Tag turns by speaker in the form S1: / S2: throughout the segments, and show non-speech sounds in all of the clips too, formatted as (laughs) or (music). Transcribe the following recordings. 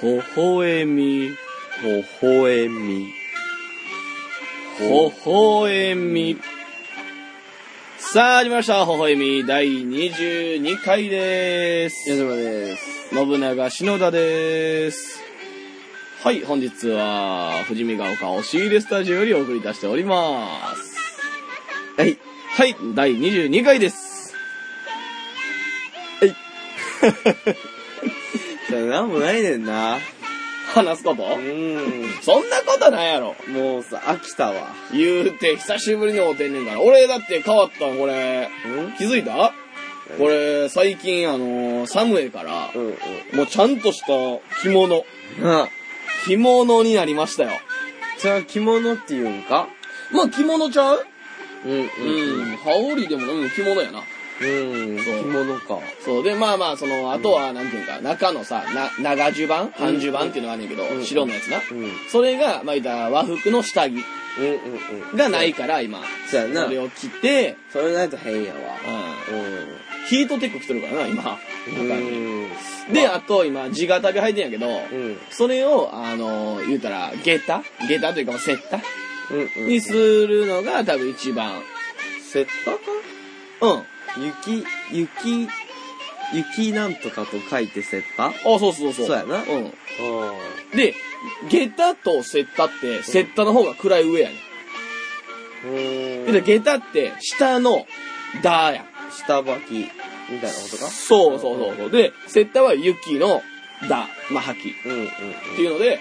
S1: ほほえみ、
S2: ほほえみ、
S1: ほほえみ。さあ、始まりました。ほほえみ第22回で
S2: 矢
S1: す。
S2: 島です。
S1: 信長篠田です。はい、本日は、富士見が丘押し入れスタジオよりお送り出しております。
S2: はい。
S1: はい、第22回です。 (laughs)
S2: じゃあ、なんもないねんな。
S1: 話すこと
S2: うー
S1: そんなことないやろ。
S2: ん。もうさ、飽きたわ。
S1: 言うて、久しぶりに会うてんねんから。俺だって変わったん、これ。
S2: うん
S1: 気づいたこれ、最近、あのー、サムエから、
S2: うんうん。
S1: もうちゃんとした着物。
S2: なあ、
S1: 着物になりましたよ。
S2: じゃあ、着物っていうんか
S1: まあ、着物ちゃう
S2: うんうん
S1: うん。羽織でも、うん、着物やな。
S2: うん。うん、
S1: そう
S2: 着物か。
S1: そう。で、まあまあ、その、あとは、なんていうんか、中のさ、な、長襦袢半襦袢っていうのがあんねんけど、
S2: うん
S1: 白のやつな。
S2: うん。うん
S1: それが、まあ、言ったら和服の下着
S2: うんうん。
S1: がないから、今。
S2: じゃあな
S1: それ、を着て、
S2: それないと変やわ。
S1: う。
S2: うん
S1: ヒートテック着てるからな、今。
S2: ん。
S1: 中に
S2: うん。
S1: で、あと今、地形が履いてんやけど、
S2: うん。
S1: それを、あの、言うたら、下駄下駄というか、セッタ
S2: うんうん。
S1: にするのが多分一番。
S2: セッタか
S1: うん。あ、
S2: 雪、雪、雪なんとかと書いてセッタ
S1: そうそうそう。
S2: そうやな
S1: うん。
S2: う
S1: で、下駄とセッタって、セッタの方が暗い上やね
S2: ん
S1: ん。で、下駄って、下の、ダーやん。
S2: 下履きみたいなことか
S1: そうそうそうそう。で、セッタは雪の、ダー、まあ、吐き。っ
S2: うんうんうん
S1: ていうので、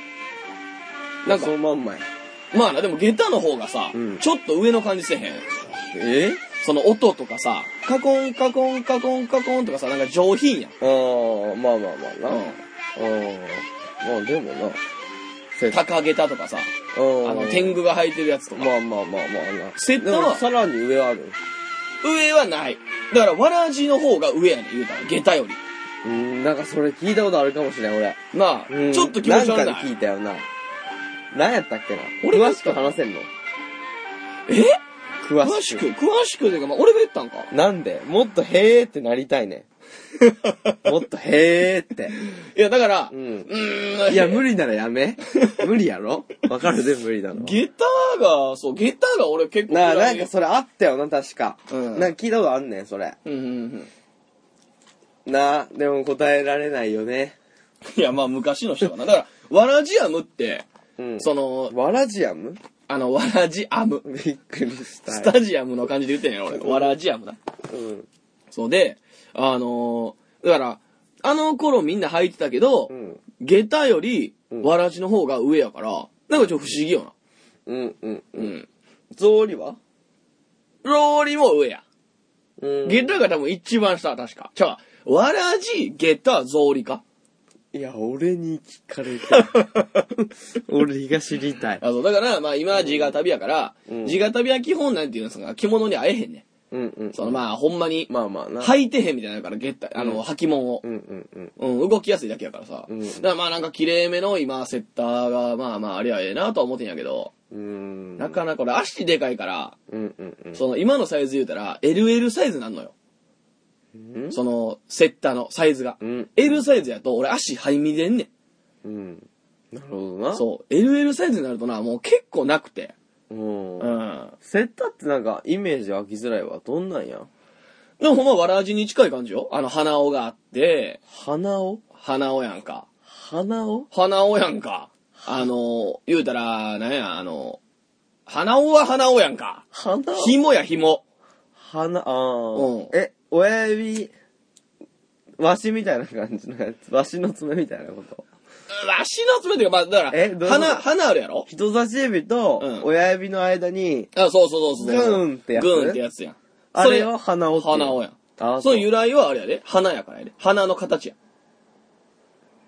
S1: なんか
S2: そ、のまんまや
S1: まあな、でも下駄の方がさ、
S2: うん
S1: ちょっと上の感じせへん。
S2: え
S1: その音とかさ、カコンカコンカコンカコンとかさ、なんか上品やん。
S2: ああまあまあまあな
S1: うん
S2: あーまあでもなセ
S1: 高下駄とかさ、
S2: あ
S1: あの、天狗が履いてるやつとか。
S2: まあまあまあまあな
S1: セットは
S2: でもさらに上ある
S1: 上はない。だから、わらじの方が上やねん、言うたら。下駄より。
S2: うんなんかそれ聞いたことあるかもしれん俺
S1: なあ、
S2: うん
S1: ちょっと気持ち悪
S2: なん
S1: な
S2: かで聞
S1: い。
S2: いたよな何やったっけな
S1: 俺が
S2: 詳しく話せんの
S1: え詳
S2: 詳
S1: し
S2: し
S1: く、
S2: く
S1: 詳しくというか、まあ、俺が言ったん
S2: (laughs)
S1: か。
S2: なんでもっとへーってなりたいねもっとへーって
S1: いや、だから、
S2: (laughs) う
S1: うんーん、
S2: いや、無理ならや (laughs) め。無理やろわかるで、無理なの。
S1: 下駄が、そう、下駄が俺結構
S2: なあ、
S1: 嫌
S2: ないんかそれあったよな、確か。
S1: うん
S2: なんか聞いたことあんねん、それ。
S1: うんうんうん。
S2: なあ、でも答えられないよね。
S1: いや、まあ、昔の人かな。だから、わらじアムって、
S2: うん。
S1: その、
S2: わらじアム
S1: あの、わらじアム。
S2: びっくりした。
S1: スタジアムの感じで言ってんやろ、俺。わらじアムだ。
S2: うん。
S1: そうで、あのー、だから、あの頃みんな履いてたけど、
S2: うん。
S1: 下駄より、
S2: ん
S1: わらじの方が上やから、なんかちょっと不思議よな。
S2: うん、うん、う。
S1: うんん。
S2: 草履は
S1: ローリも上や。
S2: うん。
S1: 下駄が多分一番下、確か。じゃあ、わらじ、下駄、草履か。
S2: いや、俺に聞かれて。 (laughs) 俺が知りたい。
S1: あそうだから、まあ今、地が旅やから、
S2: うん
S1: 地が旅は基本なんていうんですか、着物に会えへんね
S2: うん、うん
S1: ん。。そのまあ、ほんまに、
S2: まあまあな。
S1: 履いてへんみたいになるから、下駄、あ
S2: うん
S1: の、履物を
S2: う。ん、うん、うん。
S1: うん、動きやすいだけやからさ。
S2: うん
S1: だからまあなんか綺麗めの今、セッターが、まあまああれはええなとは思ってんやけど、
S2: うん。
S1: なかなか俺足でかいから、
S2: うん、うん、うん。
S1: その今のサイズ言うたら、LL サイズなんのよ。
S2: うん。
S1: その、セッターのサイズが。
S2: うん。
S1: L サイズやと俺足はみ出んね
S2: うん。なるほどな。
S1: ん。そう。LL サイズになるとな、もう結構なくて。
S2: う。うん
S1: う。ん。
S2: セッタってなんかイメージ湧きづらいわどんなんや
S1: でもほんまわらじに近い感じよ。あの、鼻緒があって、
S2: 鼻を
S1: 鼻緒やんか。
S2: 鼻を
S1: 鼻緒やんか。あの、言うたら、なんや、あの、鼻緒は鼻緒やんか。
S2: 鼻を
S1: 紐や紐。
S2: 鼻あー
S1: うん
S2: え親指わしみたいな感じのやつわしの爪みたいなこと
S1: わしの爪っていうか、まあ、だか
S2: えどういうこ
S1: ら、鼻、
S2: と
S1: 鼻あるやろ
S2: 人差し指
S1: うん
S2: と親指の間に
S1: あ、そうそうそうそう。
S2: グーンってやつ
S1: グーンってやつやん。
S2: あれを鼻を
S1: そ
S2: っ
S1: れ
S2: ていう
S1: 鼻をやん。
S2: あー
S1: その
S2: う
S1: 由来はあれやで。鼻やからやで。鼻の形や。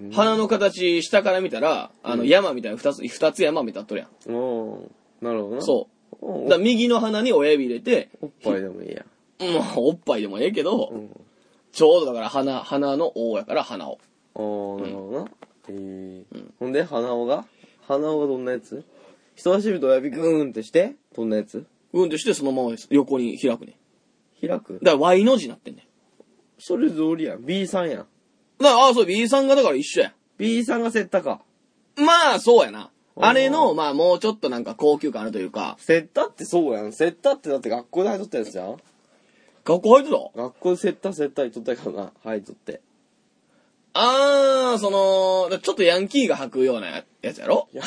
S2: うん
S1: 鼻の形、下から見たら、あの、山みたいな二つ、二つ山みたいになっとるやん。
S2: うんなるほどな
S1: そうう。
S2: ん
S1: だから右の鼻に親指入れて、
S2: おっぱいでもいいや
S1: うんおっぱいでもええけど、
S2: うん
S1: ちょうどだから鼻、鼻の王やから鼻を。
S2: あーなるほどなえーほんで鼻緒が鼻緒がどんなやつ人差し指と親指グーンってしてどんなやつ
S1: グーンとしてそのまま横に開くね。
S2: 開く
S1: だから Y の字になってんね。
S2: それ通りやん。B さんやん。
S1: だから、ああ、そう、B さんがだから一緒や。
S2: B さんがセったか。
S1: まあ、そうやな。
S2: おー
S1: あれの、まあ、もうちょっとなんか高級感あるというか、
S2: セったってそうやん。セったってだって学校で入っとったやつじゃん
S1: 学校入ってた
S2: 学校でセったセった言っとったからな。入っとって。
S1: あー、その、ちょっとヤンキーが履くようなやつやろ
S2: いや、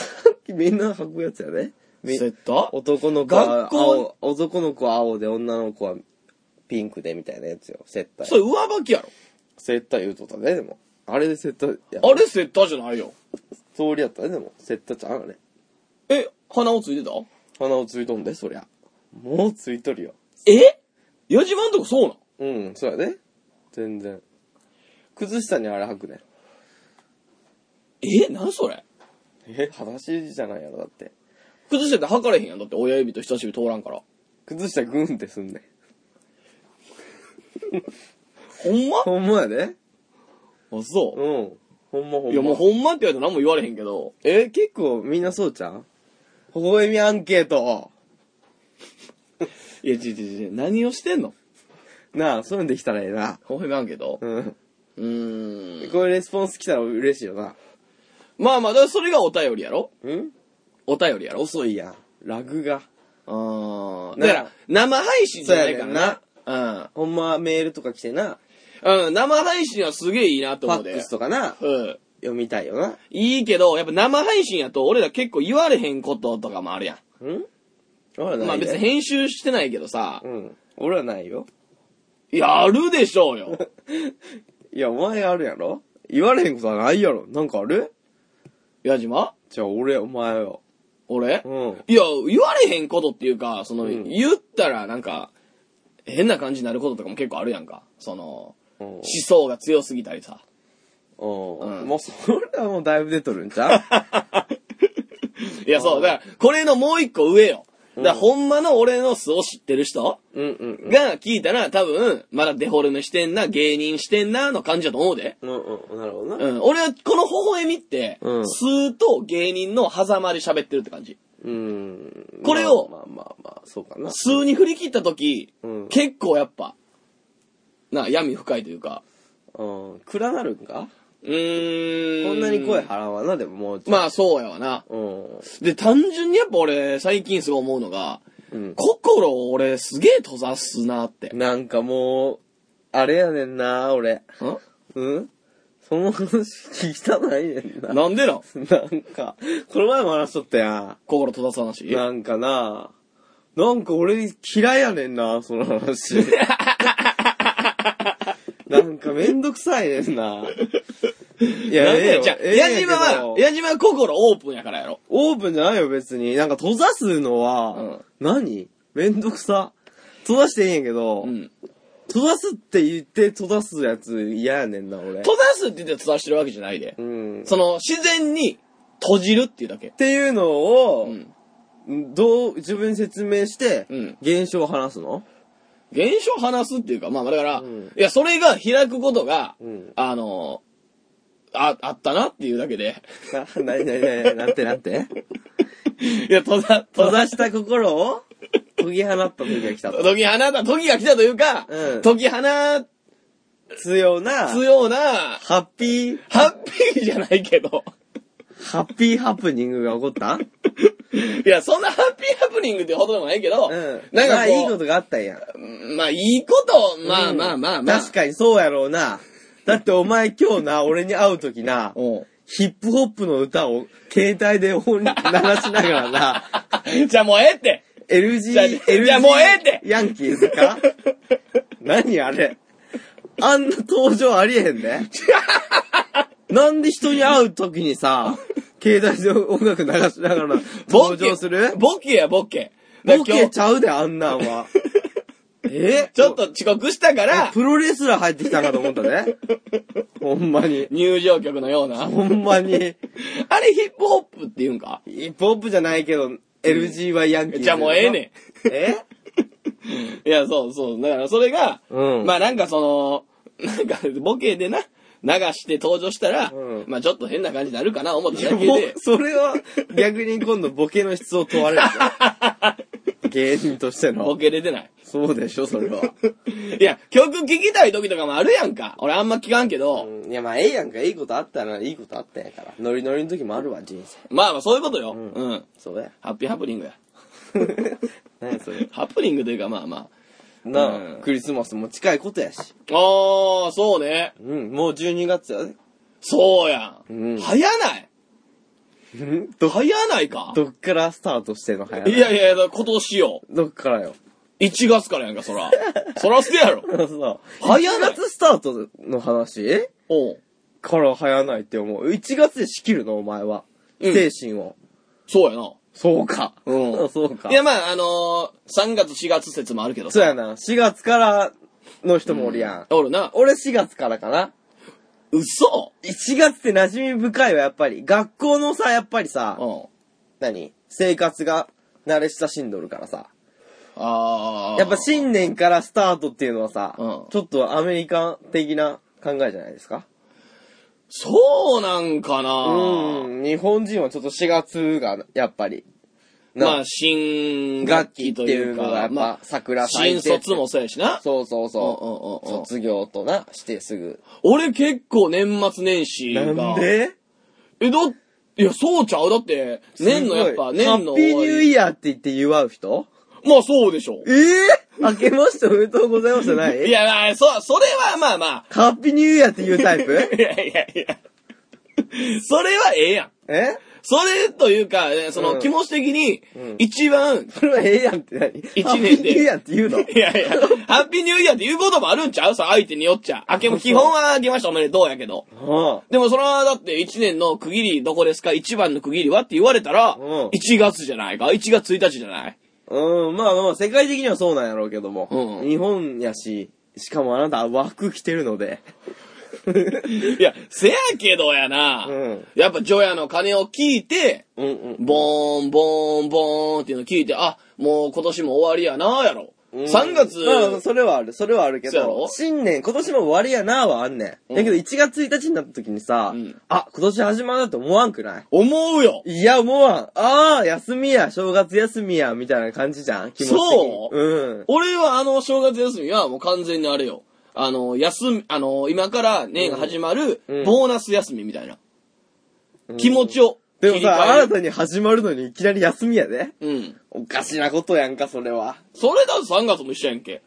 S2: みんな履くやつやね。み
S1: セット
S2: 男の子は
S1: 学校
S2: 青、男の子は青で女の子はピンクでみたいなやつよ。セッタ
S1: それ上履きやろ
S2: セッタ言うとったね、でも。あれでセッタや。
S1: あれセッターじゃないよ。
S2: 通りやったね、でも。セッタちゃんあれ。
S1: え、鼻をついてた
S2: 鼻をついとんで、そりゃ。もうついとるよ。
S1: え矢島んとこそうなん
S2: うん、そうやね。全然。崩したにあれ履くね。
S1: え何それ
S2: え、裸足じゃないやろ、だって。
S1: 崩してて履かれへんやん。だって親指と人差し指通らんから。
S2: 崩したらグンってすんね。
S1: ほんま
S2: (laughs) ほんまやね。
S1: あ、そ
S2: うん。ほんまほんま。
S1: う。いや、もうほんまって言われて何も言われへんけど。
S2: え、結構みんなそうちゃん微笑みアンケート。
S1: いや、ちちち何をしてんの
S2: なあ、そういうのできたらええな。
S1: ほんまやんけど。
S2: うん。
S1: うーん。
S2: こういうレスポンス来たら嬉しいよな。
S1: まあまあ、だからそれがお便りやろ
S2: うん
S1: お便りやろ
S2: 遅いやん。ラグが。
S1: あー。
S2: な
S1: だから、生配信じゃないからな。
S2: ほんまメールとか来てな。
S1: うん。うん、生配信はすげえいいなと
S2: フ
S1: 思う
S2: ァッ
S1: で
S2: クス。とかな。
S1: うん。
S2: 読みたいよな。
S1: いいけど、やっぱ生配信やと俺ら結構言われへんこととかもあるやん。
S2: うん俺はない
S1: まあ別に編集してないけどさ
S2: う、ん。俺はないよ。
S1: やるでしょう
S2: (laughs)
S1: よ。
S2: いや、お前あるやろ言われへんことはないやろ。なんかある
S1: 矢島
S2: じゃあ俺、お前よ。
S1: 俺
S2: うん。
S1: いや、言われへんことっていうか、その、
S2: うん
S1: 言ったらなんか、変な感じになることとかも結構あるやんか。その、
S2: うん
S1: 思。想が強すぎたりさ。う
S2: う。
S1: んん
S2: もうそれはもうだいぶ出とるんちゃう
S1: いや、そう、だから、これのもう一個上よ。だから、ほんまの俺の素を知ってる人
S2: (laughs) うんうんうん。
S1: が聞いたら、多分、まだデフォルメしてんな、芸人してんな、の感じだと思うで。
S2: うんうん。なるほどな。
S1: うん、俺はこの微笑みって、
S2: うん
S1: 数と芸人の狭間で喋ってるって感じ。
S2: うん。
S1: これを
S2: まあまあまあまあ、そうかな。
S1: 数に振り切った時、
S2: うん
S1: 結構やっぱ、な、闇深いというか。
S2: うん。暗なるんか
S1: うーん。
S2: こんなに声払わな、でももうちょい。
S1: まあそうやわな。
S2: うん。
S1: で、単純にやっぱ俺、最近すごい思うのが、
S2: うん。
S1: 心を俺すげえ閉ざすなって。ん
S2: なんかもう、あれやねんな、俺。うんその話聞きたないねんな。
S1: なんでなん
S2: なんか、この前も話しとったや
S1: 心閉ざす話
S2: ん。なんかな、なんか俺嫌いやねんな、その (laughs) 話。なんかめんどくさいねんな。
S1: な
S2: い
S1: んで
S2: よ
S1: じゃあ、
S2: ええんや
S1: 矢
S2: けど
S1: 島は、矢島は心オープンやからやろ。
S2: オープンじゃないよ、別に。なんか閉ざすのは、
S1: うん
S2: 何めんどくさ。閉ざしていいんやけど、
S1: うん。
S2: 閉ざすって言って閉ざすやつ嫌やねんな、俺。
S1: 閉ざすって言って閉ざしてるわけじゃないで
S2: う。ん。っ
S1: その、自然に閉じるっていうだけ。
S2: ていうのを、
S1: ん
S2: どう、自分に説明して、
S1: うん
S2: 現象を話すの
S1: 現象を話すっていうか、まあまあだから、
S2: うん
S1: いや、それが開くことが、
S2: うん
S1: あの、あ、あったなっていうだけで。 (laughs)
S2: (laughs) な、なになになになんてなんて
S1: いや、閉ざ、閉ざ、
S2: 閉ざした心を、解き放った時が来たと。
S1: 時放た、時が来たというか、
S2: うん
S1: 解き放つ
S2: 強な、
S1: ような、
S2: ハッピー、
S1: ハッピーじゃないけど。
S2: ハッピーハプニングが起こった
S1: いや、そんなハッピーハプニングってほどでもないけど、
S2: うん。
S1: なん
S2: まあ
S1: か
S2: いいこ
S1: こう、
S2: とがあったんや。
S1: まあいいこと、まあ
S2: うん
S1: まあまあまあ。
S2: 確かにそうやろうな。だってお前今日な、俺に会うときな、
S1: うん
S2: ヒップホップの歌を携帯で音鳴らしながらな、
S1: (laughs) じゃあもうええって。
S2: LG、
S1: じゃ
S2: LG
S1: じゃもうええって
S2: ヤンキーズか (laughs) 何あれあんな登場ありえへ
S1: (laughs)
S2: んね。なんで人に会うときにさ、携帯で音楽流しながら登場する
S1: ボケやボケ。だ
S2: ボ
S1: から今
S2: ケ
S1: 日
S2: ちゃうで、あんなんは。え
S1: ちょっと遅刻したから、
S2: プロレスラー入ってきたかと思ったね。ほんまに。
S1: 入場曲のような。 (laughs)
S2: ほんまに。
S1: あれヒップホップって言うんか
S2: ヒップホップじゃないけど、LG はヤンキーズ。
S1: じゃあもうええね
S2: え
S1: ん。いや、そうそう。だからそれが、
S2: うん
S1: まあなんかその、なんかボケでな、流して登場したら、
S2: うん
S1: まあちょっと変な感じになるかな思った
S2: いや
S1: だけ
S2: もう
S1: で、
S2: (laughs) それは逆に今度ボケの質を問われる。芸人として
S1: ボ
S2: の。
S1: ケれてない。
S2: そうでしょ、それは。
S1: (laughs) いや、曲聴きたい時とかもあるやんか。俺あんま聞かんけど、
S2: うんいや、まあ、ええやんか、いいことあったら、いいことあったんやから。ノリノリの時もあるわ、人生。
S1: まあまあそういうことよ。うんん。
S2: そう (laughs) や。
S1: ハッピーハプニングや。
S2: 何やそれ。
S1: ハプニングというかまあま
S2: なあ、
S1: うん
S2: クリスマスも近いことやし。
S1: あ。ああ、そうね。
S2: うん、もう12月やで。
S1: そうやん。
S2: うん
S1: 早ない
S2: (laughs) ど、
S1: 早ないか
S2: どっからスタートしてんの早
S1: いやいやいや、今年よ。
S2: どっからよ。
S1: 1月からやんか、そら。そらせやろ。
S2: (laughs) そう。
S1: 早ない
S2: 1月スタートの話
S1: おう
S2: から早ないって思う。1月で仕切るの、お前は。
S1: うん
S2: 精神を。
S1: そうやな。
S2: そうか。
S1: うん
S2: そうか。
S1: いや、まあ、あのー、3月4月説もあるけど
S2: そうやな。4月からの人もおるやん。
S1: おるな。
S2: 俺4月からかな。
S1: 嘘
S2: 1月って馴染み深いわ、やっぱり。学校のさ、やっぱりさ、
S1: うん。
S2: 何生活が慣れ親しんどるからさ。
S1: ああ。
S2: やっぱ新年からスタートっていうのはさ、
S1: うん
S2: ちょっとアメリカ的な考えじゃないですか。
S1: そうなんかな
S2: うん、日本人はちょっと4月が、やっぱり。な
S1: まあ、新
S2: 楽
S1: 学
S2: 器
S1: 期
S2: って
S1: とい
S2: いう
S1: う
S2: の
S1: か、
S2: がやっ
S1: ま
S2: ぱ
S1: あ、
S2: 桜咲い
S1: 新
S2: て。
S1: 卒もそうやしな。
S2: そうそう
S1: お
S2: そうう。
S1: おうおうおう
S2: 卒業とな、してすぐ。
S1: 俺結構年末年始が。
S2: で
S1: え、だいや、そうちゃうだって、年のやっぱ、
S2: すご
S1: 年
S2: い
S1: の
S2: ハッピーニュー
S1: イ
S2: イヤーって言って祝う人
S1: まあそうでしょ。
S2: ええ明けましておめでとうございますじゃない
S1: いや、まあ、そ、それはまあまあ。
S2: ハッピーニューイヤーって言うタイ
S1: (laughs)
S2: プ
S1: いやいやいや。それはええやん。
S2: え
S1: それというか、えその、
S2: うん
S1: 気持ち的に
S2: うん、
S1: 一番、
S2: それはええやんって何
S1: 年で
S2: ハッピーニューイヤーって言う
S1: (laughs)
S2: の
S1: いやいや、ハッピーニューイヤーって言うこともあるんちゃうさ、相手によっちゃ。あけも、基本はあげましたおめでとうやけど。
S2: あ
S1: でもそれはだって1年の区切りどこですか一番の区切りはって言われたら、
S2: うん
S1: 1月じゃないか ?1 月1日じゃない
S2: あうん、まあまあ、世界的にはそうなんやろうけども。
S1: うん
S2: 日本やし、しかもあなたは和服着てるので。
S1: いや、せやけどやな。
S2: うん
S1: やっぱ除夜の鐘を聞いて、
S2: うんうん。
S1: ボーン、ボーン、ボーンっていうの聞いて、あ、もう今年も終わりやな、やろ。3月、
S2: まあ、それはある。それはあるけ
S1: そうや
S2: ど
S1: ろ、
S2: 新年、今年も終わりやなはあんねん。
S1: うん
S2: だけど、1月1日になった時にさ、
S1: うん
S2: あ、今年始まるなって思わんくない
S1: 思うよ。
S2: いや、思わん。ああ、休みや、正月休みや、みたいな感じじゃん気持ち的に
S1: そう
S2: うん。
S1: 俺はあの正月休みはもう完全にあれよ。あの、休み、あの、今から年が始まる
S2: うん、
S1: ボーナス休みみたいな。気持ちを
S2: で
S1: 切
S2: も
S1: り替え
S2: さ、
S1: る。
S2: 新たに始まるのにいきなり休みやで。
S1: うん。
S2: おかしなことやんか、それは。
S1: それだと3月も一緒やんけ。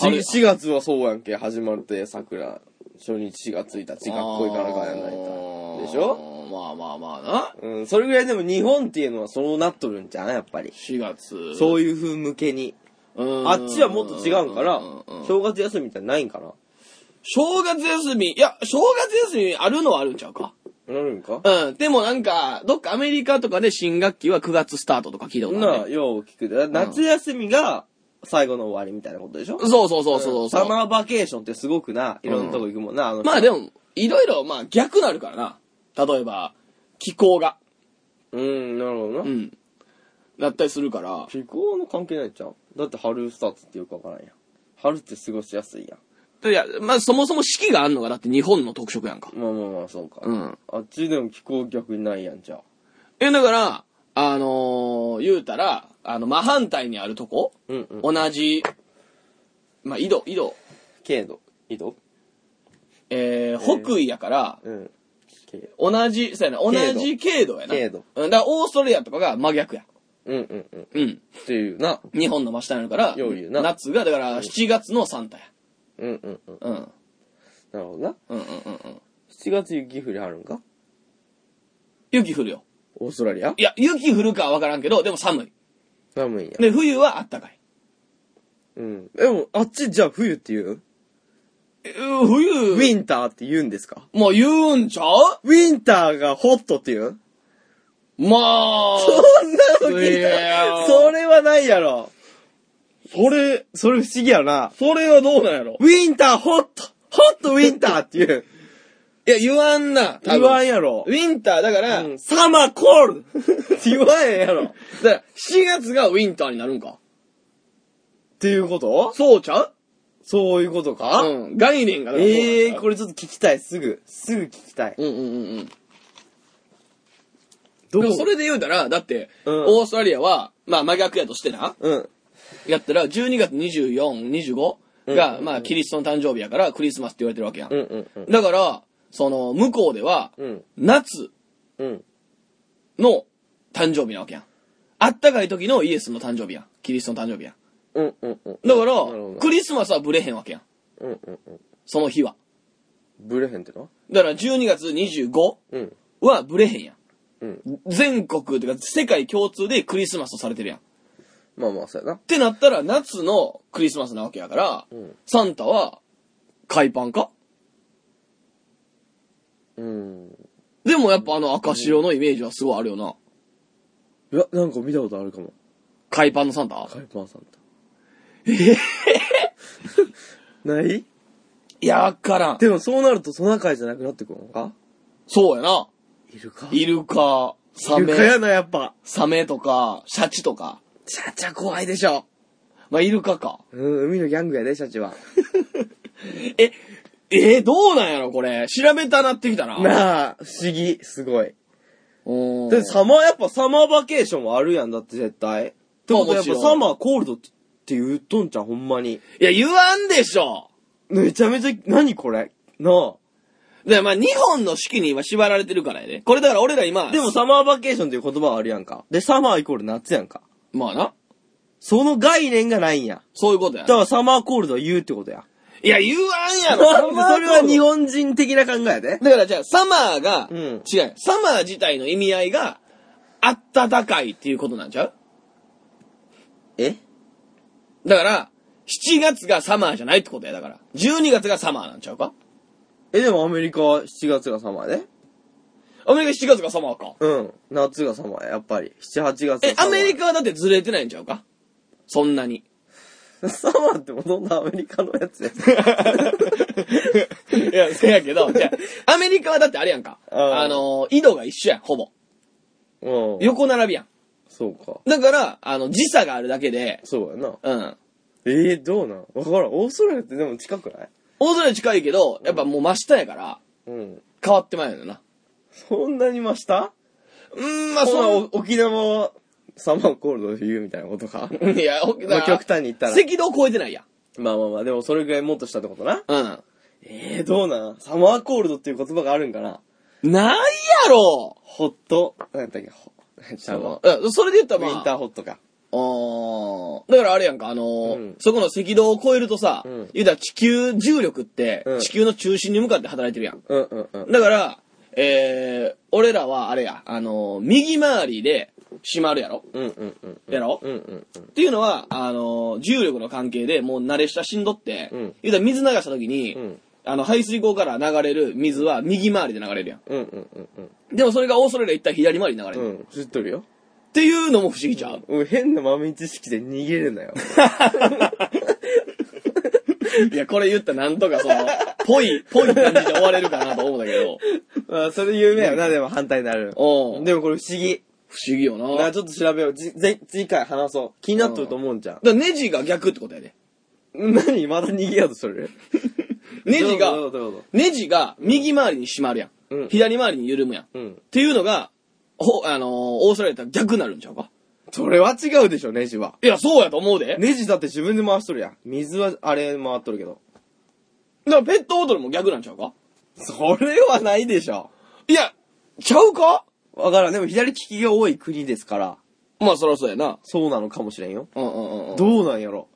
S1: あれ
S2: 4月はそうやんけ、始まるて、桜。初日4月1日、学校行かなかやんないと。でしょ
S1: まあまあまあな。
S2: うん、それぐらいでも日本っていうのはそうなっとるんじゃん、やっぱり。
S1: 4月。
S2: そういう風向けに。
S1: うん
S2: あっちはもっと違うんから
S1: んうん、
S2: 正月休みってないんかな
S1: 正月休み、いや、正月休みあるのはあるんちゃうか。
S2: なるんか
S1: うん。でもなんか、どっかアメリカとかで新学期は9月スタートとか聞いたこ
S2: な
S1: とあ
S2: あ、
S1: る、ね。
S2: よう聞くで。夏休みが最後の終わりみたいなことでしょ
S1: そうそうそうそうそう。
S2: サマーバケーションってすごくな、いろんなとこ行くもんな、あの人
S1: まあでも、いろいろ、まあ逆なるからな。例えば、気候が。
S2: うん、なるほど
S1: う
S2: な。
S1: ん。だったりするから。
S2: 気候の関係ないじゃん。だって春スタートってよくわからんやん。春って過ごしやすいや
S1: いや、まあそもそも四季があるのがだって日本の特色やんか
S2: ん。。まあまあまあ、そうか。
S1: うん。
S2: あっちでも気候逆にないやんじゃあ。
S1: え、だから、あのー言うたら、あの、真反対にあるとこ、
S2: うんうん。
S1: 同じ、まあ、井戸、井戸、
S2: 軽度。緯度
S1: えー、北緯やから、
S2: うん。軽度。
S1: 同じ、そうやな、
S2: 経度
S1: 同じ経度やな。
S2: 経度
S1: うん。だから、オーストラリアとかが真逆や。
S2: うんうんうん。っ
S1: うん。
S2: ていうな。
S1: 日本の真下になるから、
S2: よう言うな
S1: 夏が、だから、7月のサンタや。
S2: うんうんうん。
S1: うん。
S2: なるほどな。
S1: うんうんうんうん。
S2: 7月雪降りはるんか
S1: 雪降るよ。
S2: オーストラリア
S1: いや、雪降るかはわからんけど、でも寒い。
S2: 寒いんや。
S1: で、冬はあったかい。
S2: うん。でも、あっちじゃあ冬って言う
S1: えー冬、
S2: ウィンターって言うんですか
S1: もう言うんちゃう
S2: ウィンターがホットって言う
S1: ま
S2: そ
S1: あ、
S2: んなの聞い
S1: いや
S2: たそれはないやろ。
S1: それ、
S2: それ不思議やな。
S1: それはどうなんやろ
S2: ウィンターホットホットウィンターって言う。
S1: いや、言わんな。
S2: 言わん
S1: ん。
S2: やろ
S1: ウ。ィンター、だから、
S2: うん
S1: だか
S2: サマーコールって言わへんやろ。っ
S1: ら、7月がウィンターになるんか。
S2: ていうこと
S1: そうちゃう
S2: そういうことか、
S1: うん。概念が
S2: ええー、こ
S1: れ。
S2: れちょっと聞きたい、すぐ。すぐ聞きたい。
S1: うんうんうんうん。
S2: ど
S1: で
S2: う
S1: もそれで言うたら、だって、
S2: うん
S1: オーストラリアは、まあ真逆やとしてな。
S2: うん。
S1: やったら、12月24、25が、まあ、キリストの誕生日やから、クリスマスって言われてるわけやん。
S2: うんうんうん。
S1: だから、その、向こうでは、
S2: うん
S1: 夏
S2: うん。
S1: の誕生日なわけやん。あったかい時のイエスの誕生日やん。キリストの誕生日やん。
S2: うんうんうん。
S1: だから
S2: なるほど、
S1: クリスマスはブレへんわけやん。
S2: うんうんうん。
S1: その日は。
S2: ブレへんってな
S1: だから、12月25
S2: うん。
S1: はブレへんやん。
S2: うん。
S1: 全国、てか世界共通でクリスマスとされてるやん。っ
S2: まあまあ、そうやな。
S1: てなったら、夏のクリスマスなわけやから、
S2: うん
S1: サンタは、海パンか
S2: うん。
S1: でもやっぱあの赤潮のイメージはすごいあるよな。
S2: いや、なんか見たことあるかも。
S1: 海パンのサンタ
S2: カイパーさんと。え (laughs) ない
S1: いや、わからん。
S2: でもそうなるとトナカイじゃなくなってくるのか
S1: そうやな。
S2: イルカ
S1: イルカ、サ
S2: イルカ
S1: メ、
S2: やな、やっぱ。
S1: サメとか、シャチとか。
S2: シャチは怖いでしょ。
S1: まあ、イルカか。
S2: うん、海のギャングやで、シャチは。
S1: え、えーどうなんやろこれ。調べたなってきたな。
S2: なあ、不思議、すごい。
S1: うん。
S2: で、サマー、やっぱサマーバケーションもあるやんだって絶対。ってことはや
S1: も
S2: っぱ
S1: ちろん
S2: サマーコールドって言っとんじゃん、ほんまに。
S1: いや、言わんでしょ。
S2: めちゃめちゃ、何これなあ。
S1: で、まあ、日本の四季に今縛られてるからやで。これだから俺ら今、
S2: でも、サマーバケーションっていう言葉はあるやんか。で、サマーイコール夏やんか。
S1: まあな。
S2: その概念がないんや。
S1: そういうことや
S2: だ
S1: な。
S2: からサマーコールドは言うってことや。
S1: いや、言わんやろ。
S2: (laughs) なんでそれは日
S1: 本。
S2: 本人的な考えや
S1: だ
S2: で。
S1: からじゃあ、サマーが、
S2: うん
S1: 違う。サマー自体の意味合いが、暖かいっていうことなんちゃう
S2: え
S1: だから、7月がサマーじゃないってことや、だから。12月がサマーなんちゃうか
S2: え、でもアメリカは7月がサマーやで。
S1: アメリカ7月がサマーか。
S2: うん。夏がサマーや、やっぱり。7、
S1: え、
S2: 8月が
S1: ア
S2: サマー
S1: メリカはだってずれてないんちゃうかそんな
S2: (laughs)
S1: に。
S2: サマーってもとんどアメリカのや (laughs) つや。
S1: いや、せやけど、じゃあアメリカはだってあれやんか。
S2: うん
S1: あのー、緯度が一緒やん、ほぼ。
S2: うん。
S1: 横並びやん。
S2: そうか。
S1: だから、あの、時差があるだけで、
S2: そうやな。
S1: うん。
S2: えー、どうなんわからん。オーストラリアってでも近くない
S1: 大空に近いけど、やっぱもう真下やから、
S2: うん。
S1: 変わってまいよな。
S2: そんなに真下
S1: うーん、ま
S2: あ、
S1: あ、
S2: そ、
S1: そう
S2: 沖縄はサマーコールドで言うみたいなことか。
S1: の、いや、お
S2: まあ、極端に言ったら。
S1: 赤道超えてないやん。
S2: (laughs) まあまあまあ、でもそれぐらいもっとしたってことな。
S1: うん。
S2: えー、どうなんサマーコールドっていう言葉があるんかな
S1: ないやろ
S2: ホット、なんやったっけ、ほ、ちゃうわ。
S1: うんそれで言った
S2: ウ
S1: ら、
S2: ィ
S1: ま
S2: ンタ
S1: あ、
S2: ーホットか。
S1: あーだからあれやんか、あのー
S2: うん
S1: そこの赤道を超えるとさ、
S2: うん
S1: 言うたら地球重力って
S2: うん、
S1: 地球の中心に向かって働いてるやん。
S2: うんうんうん。
S1: だから、えー、俺らはあれや、あのー右回りで閉まるやろ
S2: うんうんうん。
S1: やろ、
S2: うんうんうん。
S1: っていうのは、あのー重力の関係でもう慣れ親しんどって、
S2: うん
S1: 言うたら水流した時に、
S2: うん
S1: あの排水溝から流れる水は右回りで流れるやん。
S2: うんうんうんうん。
S1: でもそれがオーストラリア行ったら左回りに流れる、
S2: う
S1: っ
S2: ん、知っとるよ。
S1: ていうのも不思議ちゃう、
S2: うん、変な豆知識で逃げるなよ。
S1: いや、これ言ったらなんとかその、 (laughs) ぽい、ぽい感じで終われるかなと思うんだけ
S2: (laughs)
S1: ど。
S2: (laughs) まあ、それ有名やな、でも反対になる。
S1: おうん。で
S2: でもこれ不思議。
S1: 不思議よな。
S2: な
S1: だ
S2: あ
S1: か
S2: ちょっと調べよう。じ、ぜ、次回話そう。気になっとると思うんじゃん。
S1: らネジが逆ってことやで。
S2: 何まだ逃げようとする
S1: ネジが
S2: どうぞどうぞどうぞ
S1: ネジが右回りに締まるやん。
S2: うん
S1: 左回りに緩むやん。っ
S2: うん。
S1: ていうのが、ほ、あのーオーストラリアだったら逆になるんちゃうか
S2: それは違うでしょ、ネジは。
S1: いや、そうやと思うで。
S2: ネジだって自分で回しとるやん。水はあれ回っとるけど。
S1: だからペットボトルも逆なんちゃうか
S2: それはないでしょ。
S1: いや、ちゃうか
S2: わからん。でも左利きが多い国ですから、
S1: まあそりゃそうやな。
S2: そうなのかもしれんよ。
S1: うんうんうんうん。
S2: どうなんやろ。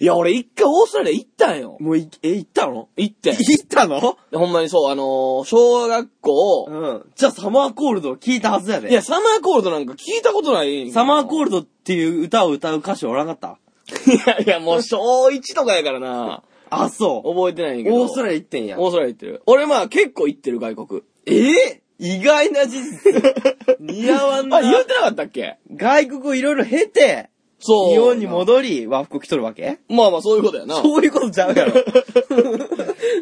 S1: いや、俺一回オーストラリア行ったんよ。
S2: もうい、え、行ったの
S1: 行ってん。
S2: 行ったの
S1: ほんまにそう、あのー小学校、
S2: うん。じゃあサマーコールドを聞いたはずやで。
S1: いや、サマーコールドなんか聞いたことない。
S2: サマーコ
S1: ー
S2: ールドっていう歌を歌う歌手おらんかった
S1: ルドいやいや、もう小1とかやからな。
S2: あ、そう。
S1: 覚えてないんやけど。
S2: オーストラリア行ってんや。
S1: オーストラリア行ってる。俺まあ結構行ってる外国。
S2: え意外な事 (laughs) 実。似合わんな
S1: あ、。言ってなかったっけ
S2: 外国をいろいろ経て、
S1: そう。
S2: 日本に戻り、和服着とるわけ
S1: まあまあそういうことやな。
S2: そういうことちゃうや (laughs) ろ。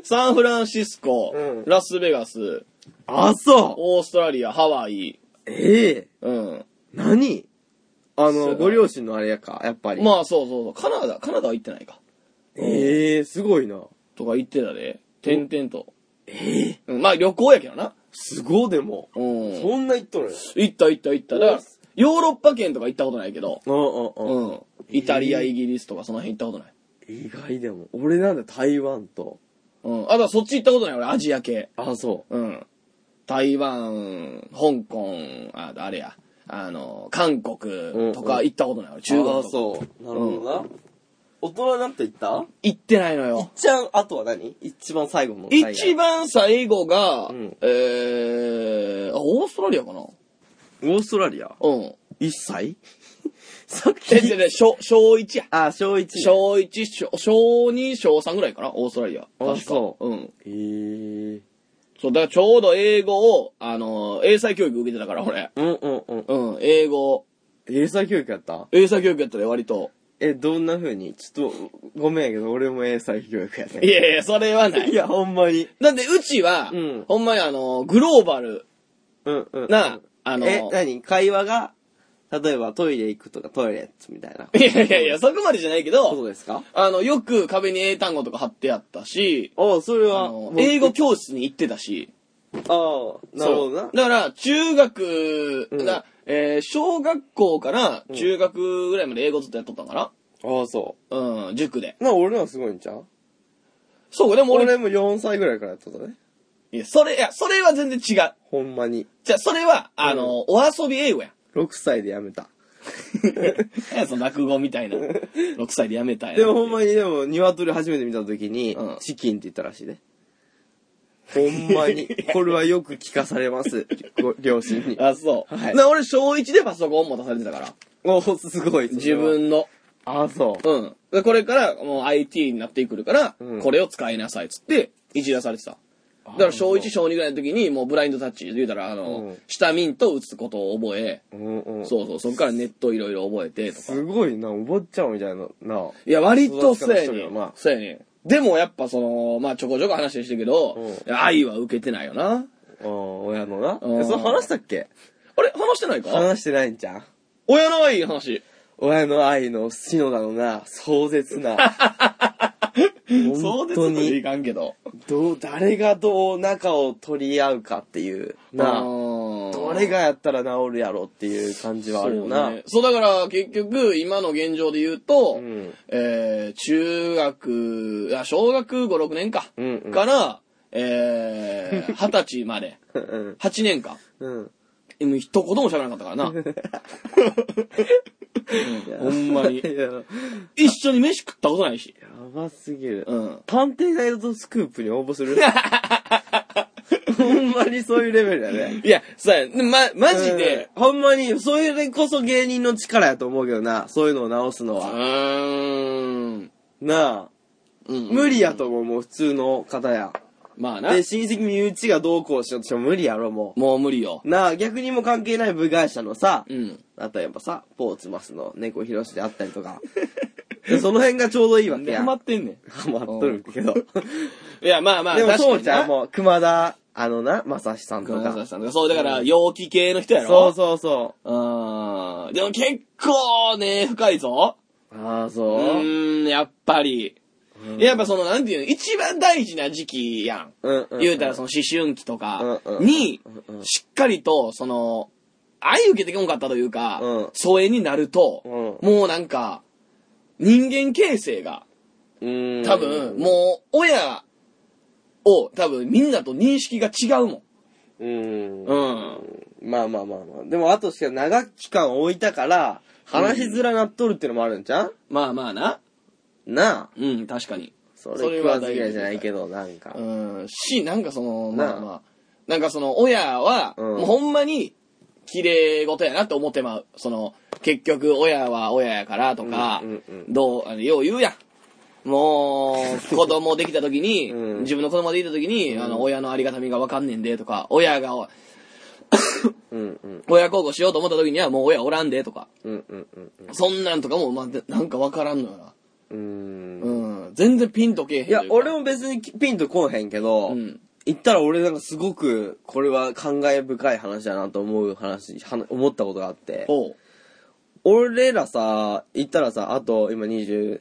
S1: サンフランシスコ、
S2: うん
S1: ラスベガス、
S2: あ、そ
S1: オーストラリア、ハワイ、
S2: う。ええ
S1: うん。
S2: 何
S1: そ
S2: あ
S1: う
S2: の、
S1: だ
S2: ご両親のあれやか、やっぱり。
S1: まあそうそうそう。カナダ、カナダは行ってないか。
S2: ええすごいな。
S1: とか行ってたで。点々と。ええうん、まあ旅行やけどな。
S2: すごいでも。
S1: うん。
S2: そんな言っとる
S1: 行った行った行った。だから
S2: お
S1: ヨーロッパ圏とか行ったことないけど、
S2: うんうんうん。
S1: うん。イタリア、イギリスとかその辺行ったことない。
S2: 意外でも。俺なんだ、台湾と。
S1: うん。あとはそっち行ったことない俺、アジア系。
S2: あ、そ
S1: うん。台湾、香港、あ、あれや。あの、韓国とか行ったことない俺、
S2: う。
S1: 中国とか。
S2: あ、そう。なるほどな。大人になっていった
S1: 行ってないのよ。
S2: 一番、あとは何一番最後の最後。
S1: 一番最後が、
S2: うん
S1: えー、あオーストラリアかな
S2: オーストラリア
S1: うん。
S2: ?1 歳 (laughs) さっ
S1: え、じゃ
S2: き。
S1: あね、小、小1や。
S2: あ、小1。
S1: 小1、小小2、小3ぐらいかなオーストラリア。確か
S2: あそう
S1: うん。
S2: えー。
S1: そう、だからちょうど英語を、あの、英才教育受けてたから、俺。
S2: うんうんうん。
S1: うん、英語。
S2: 英才教育やった
S1: 英才教育やったら割と。
S2: え、どんな風にちょっと、ごめんやけど、俺も英才教育やね
S1: いやいや、それはないい。
S2: や、ほんまに。
S1: だって、うちは、
S2: うん
S1: ほんまにあの、グローバル
S2: うんうん。
S1: な、あの、
S2: え、何会話が、例えばトイレ行くとかトイレッツみたいな。
S1: いやいやいや、そこまでじゃないけ
S2: そう
S1: ど、
S2: ですか
S1: あの、よく壁に英単語とか貼ってあったし、
S2: あそれ
S1: あ
S2: は
S1: の、英語教室に行ってたし、
S2: ああ、なる
S1: そ
S2: ほどな
S1: う。だから、中学、
S2: うん
S1: なえー小学校から中学ぐらいまで英語ずっとやっとったんかな
S2: ああ、そ
S1: うん、塾で。
S2: う。な、俺のはすごいんちゃう
S1: そう、でも俺、
S2: 俺も4歳ぐらいからやってたね。
S1: いや、それ、いや、それは全然違う。
S2: ほんまに。
S1: じゃあ、それは、あの、お遊び英語や。 (laughs)
S2: 6歳でやめた。
S1: 何やその落語みたいな。6歳でやめたやん
S2: でもほんまに、でも、鶏初めて見た時に
S1: うん、
S2: チキンって言ったらしいね。ほんま (laughs) に。これはよく聞かされ (laughs) ます。ご両親に。
S1: あ、そう。
S2: はい
S1: な俺、小1でパソコン持たされてたから。
S2: おお、すごい。
S1: 自。分の。
S2: ああ、そ
S1: うん。でこれから、もう IT になってくるから、
S2: うん
S1: これを使いなさいっつって、いじらされてた。だから、小1、小2ぐらいの時に、もうブラインドタッチで言うたら、あ
S2: う
S1: の
S2: ん、
S1: 下ミント打つことを覚え、
S2: う。うんうん。
S1: そうそう、そっからネットいろいろ覚えて、とか。
S2: すごいな、お坊ちゃんみたいな、な。
S1: いや、割とそうや
S2: 育ち方しとる
S1: ね
S2: よな
S1: そうやねでもやっぱその、まあちょこちょこ話してるけど、
S2: う
S1: 愛は受けてないよな。
S2: うん親のな。
S1: うん
S2: えそれ話したっけ
S1: あれ話してないか
S2: 話してないんじゃん。
S1: 親の愛の話。
S2: 親の愛の篠田のな、壮
S1: (laughs)
S2: 絶な。
S1: そう
S2: 本
S1: です
S2: 当
S1: までい
S2: に、
S1: かんけど。
S2: どう、誰がどう仲を取り合うかっていう、な。ど
S1: ど
S2: れがやったら治るやろっていう感じはあるよな。
S1: そう,、そうだから結局今の現状で言うと、
S2: うん
S1: えー中学いや小学56年か、
S2: うんうん
S1: から、えー二十歳まで
S2: うん。
S1: 8年間
S2: うん。
S1: もう一言も喋らなかったからな
S2: (laughs)
S1: ほんまに
S2: (laughs) いやや
S1: 一緒に飯食ったことないし
S2: ばすぎる。
S1: うん
S2: 探偵ナイトスクープに応
S1: (laughs)
S2: 募するほんまにそういうレベルだね。
S1: いやさまマジで、
S2: うん、ほんまに、それこそ芸人の力やと思うけどな、そういうのを直すの
S1: う
S2: は。
S1: ーん
S2: なあ、
S1: うん
S2: 無理やと思う、もう普通の方や。
S1: まあな
S2: で、親戚身内がどうこうしようとしても無理やろ、も
S1: もう無理よ
S2: う。なあ、逆にも関係ない部外者のさ、
S1: うん
S2: あとやっぱさ、ポーツマスの猫ひろしであったりとか。 (laughs) でその辺がちょうどいいわけや。
S1: ハマってんね
S2: ハマっとるけ (laughs) ど。
S1: んいやまあまあ
S2: でもそうじゃん、
S1: も
S2: もう、熊田、あのな、正志さんとか。
S1: そうだから陽気系の人やろ
S2: そうそうそう
S1: ーん。でも結構ね、深いぞ。
S2: う。ああ、
S1: う
S2: そう。
S1: ーん、やっぱり。
S2: うん
S1: やっぱその、なんていうの、一番大事な時期やん。
S2: うんうん
S1: 言うたらその思春期とか
S2: うんうん
S1: に
S2: うんう、ん
S1: しっかりと、その、愛受けてこんかったというか
S2: うん、
S1: 疎遠になると、
S2: う
S1: もうなんか、人間形成が、
S2: うん
S1: 多分、もう、親を多分みんなと認識が違うもん。
S2: うん。
S1: うん。
S2: まあまあまあまあ。でも、あとしか長期間置いたから、話しづらなっとるってのもあるんじゃん、
S1: まあまあな。
S2: なあ。
S1: うん、確かに。
S2: それ
S1: それ
S2: 食
S1: は
S2: わ
S1: 大事
S2: ず嫌いじゃないけど、なんか。
S1: うん、し、なんかその、ま
S2: な
S1: あ
S2: あ
S1: まあ、なんかその、親は、
S2: うん
S1: もうほんまに、綺麗事やなって思ってまう。その、結局、親は親やからとか、
S2: うんうんうん
S1: どう、あの、よう言うやん。もう、子供できた時に、
S2: (laughs) うん
S1: 自分の子供できた時に、あの、親のありがたみがわかんねんでとか、親が、
S2: うんうん。
S1: 親孝行しようと思った時にはもう親おらんでとか、
S2: うんうんうん
S1: そんなんとかも、まあ、でなんかわからんのよな。
S2: うん。うーん。
S1: うん、全然ピンとけえへん
S2: いや
S1: と、うか
S2: 俺も別にピンとこんへんけど、
S1: うん。
S2: 言ったら俺なんかすごく、これは感慨深い話だなと思う話、は思ったことがあって。
S1: おう。
S2: 俺らさ、言ったらさ、あと今20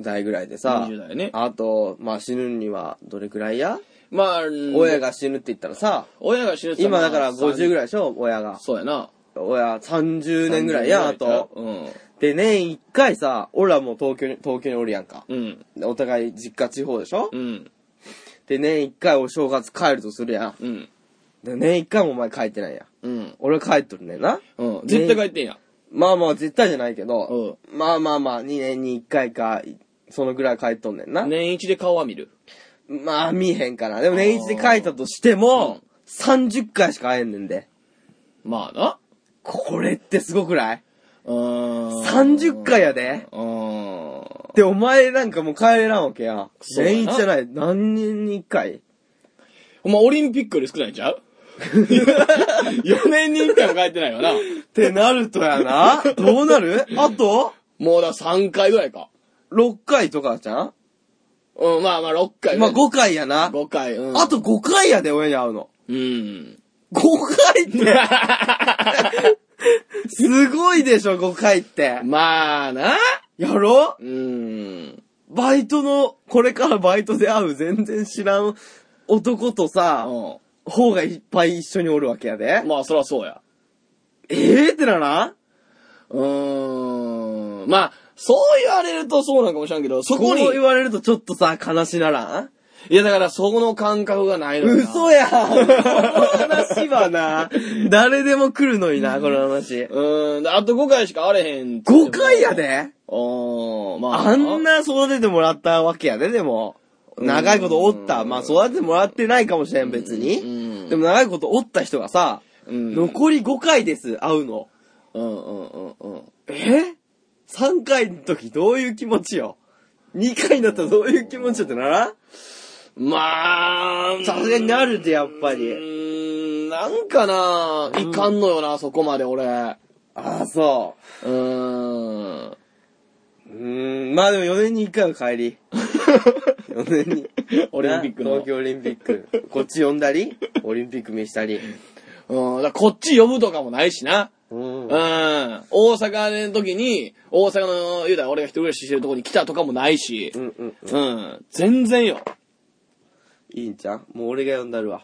S2: 代ぐらいでさ、
S1: 20代ね
S2: あと、まあ死ぬにはどれくらいや、
S1: まあ、うん
S2: 親が死ぬって言ったらさ、
S1: 親が死ぬって言った
S2: 今
S1: ら
S2: だから
S1: まあ
S2: 50ぐらいでしょ、親が。
S1: そうやな。
S2: か。おや、30年ぐらいや、あと。
S1: うん。
S2: で、年1回さ、俺らもう東京に、東京におるやんか。
S1: うん。
S2: でお互い実家地方でしょ
S1: うん。
S2: で、年1回お正月帰るとするやん。
S1: うん。
S2: で、年1回もお前帰ってないやん。
S1: うん。
S2: 俺帰っとるねんな。
S1: うん。絶対帰ってんや。
S2: まあまあ絶対じゃないけど、まあまあまあ2年に1回か、そのぐらい帰っとんねんな。
S1: 年一で顔は見る。
S2: まあ見えへんかな。でも年一で帰ったとしても、30回しか会えんねんで。
S1: まあな。
S2: これってすごくない
S1: ー
S2: う
S1: ん。
S2: ?30 回やで。
S1: うーん。
S2: で、お前なんかもう帰れらんわけや。
S1: そうやな
S2: 年一じゃない。何年に1回
S1: お前オリンピックより少ないんちゃう (laughs) ?4 年に1回も帰ってないよな。
S2: ってなるとやな。 (laughs) どうなるあと、
S1: もうだ、3回ぐらいか。
S2: 6回とかじゃん
S1: うん、まあまあ6回。
S2: まあ5回やな。
S1: 5回。うん。
S2: あと5回やで、親に会うの。
S1: うん。 (laughs)
S2: 5回って、すごいでしょ、5回って。
S1: まあな。
S2: やろ
S1: うん。
S2: バイトの、これからバイトで会う全然知らん男とさ、
S1: う
S2: 方がいっぱい一緒におるわけやで
S1: ん。。まあそらそうや。
S2: ええってならん
S1: うーん。まあ、そう言われるとそうなんかもしれんけど、そ
S2: こ
S1: こ
S2: う
S1: に、
S2: 言われるとちょっとさ、悲しならん
S1: いやだからそこの感覚がないのよな。
S2: 嘘やんこの話はな、誰でも来るのにな、この話。
S1: うーん。あと5回しか会われへん。
S2: 5回や。で
S1: おー、まあ。
S2: あん。な育ててもらったわけやで、でも。長いことおった。まあ育ててもらってないかもしれん、別
S1: う
S2: に。
S1: ん
S2: でも長いことおった人がさ、
S1: うん。うん
S2: 残り5回です、会うの。
S1: うんうんうん。
S2: え ?3 回の時どういう気持ちよ ?2 回になったらどういう気持ちよってならん
S1: まあ、
S2: さすがになるで、やっぱ
S1: う
S2: り。
S1: ーん、なんかな、いかんのよな、そこまで俺。う
S2: ああ、そ
S1: ーん。
S2: う。うーん、まあでも4年に1回は帰
S1: (laughs)
S2: り。4年に。
S1: オリンピックの
S2: な東京オリンピック。こっち呼んだ
S1: (laughs)
S2: り、オリンピック見したり。
S1: うん、だからこっち呼ぶとかもないしな。
S2: うん
S1: うん。大阪の時に、大阪の、言うたら俺が一人暮らししてるとこに来たとかもないし
S2: う。んうん。
S1: うん。全然よ。
S2: いいんちゃうもう俺が呼んだるわ。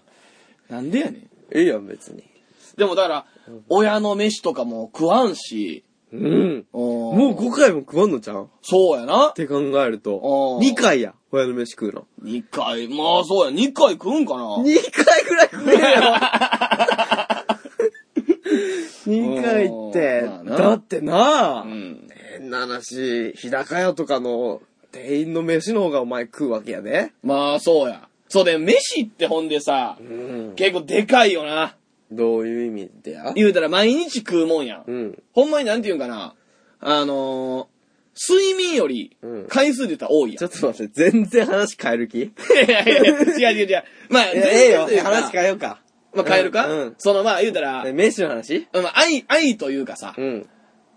S1: なんでやねん。
S2: いいよ、別に。
S1: でもだから、親の飯とかも食わんし。
S2: うん。
S1: も
S2: もう5回も食わんのちゃうっ
S1: そうやな。
S2: て考えると
S1: う。ん
S2: 2回や、親の飯食
S1: (laughs)
S2: うの。
S1: 2回、まあそうや、2回食うんかな。
S2: 2回ぐらい食え (laughs) よ !2 回
S1: まあ
S2: って、
S1: な
S2: だってなあ
S1: うん。
S2: 変な話、日高屋とかの店員の飯の方がお前食うわけやで。
S1: まあそうや。そうで、飯ってほんでさ、
S2: うん。
S1: 結構でかいよな。
S2: どういう意味でや
S1: 言うたら毎日食うもんやん。
S2: うん。
S1: ほんまになんて言うんかな。あのー、睡眠より
S2: うん
S1: 回数で言ったら多いや
S2: ち
S1: ん。
S2: ょっと待って、全然話変える気
S1: いやいやいや違う違う違う。まあ、
S2: ええよ
S1: 全然とい、うか
S2: 話変えようか。
S1: まあ変えるか、
S2: うんうん
S1: そのまあ言うたら、
S2: え飯の話
S1: まあ愛、愛というかさ、
S2: うん。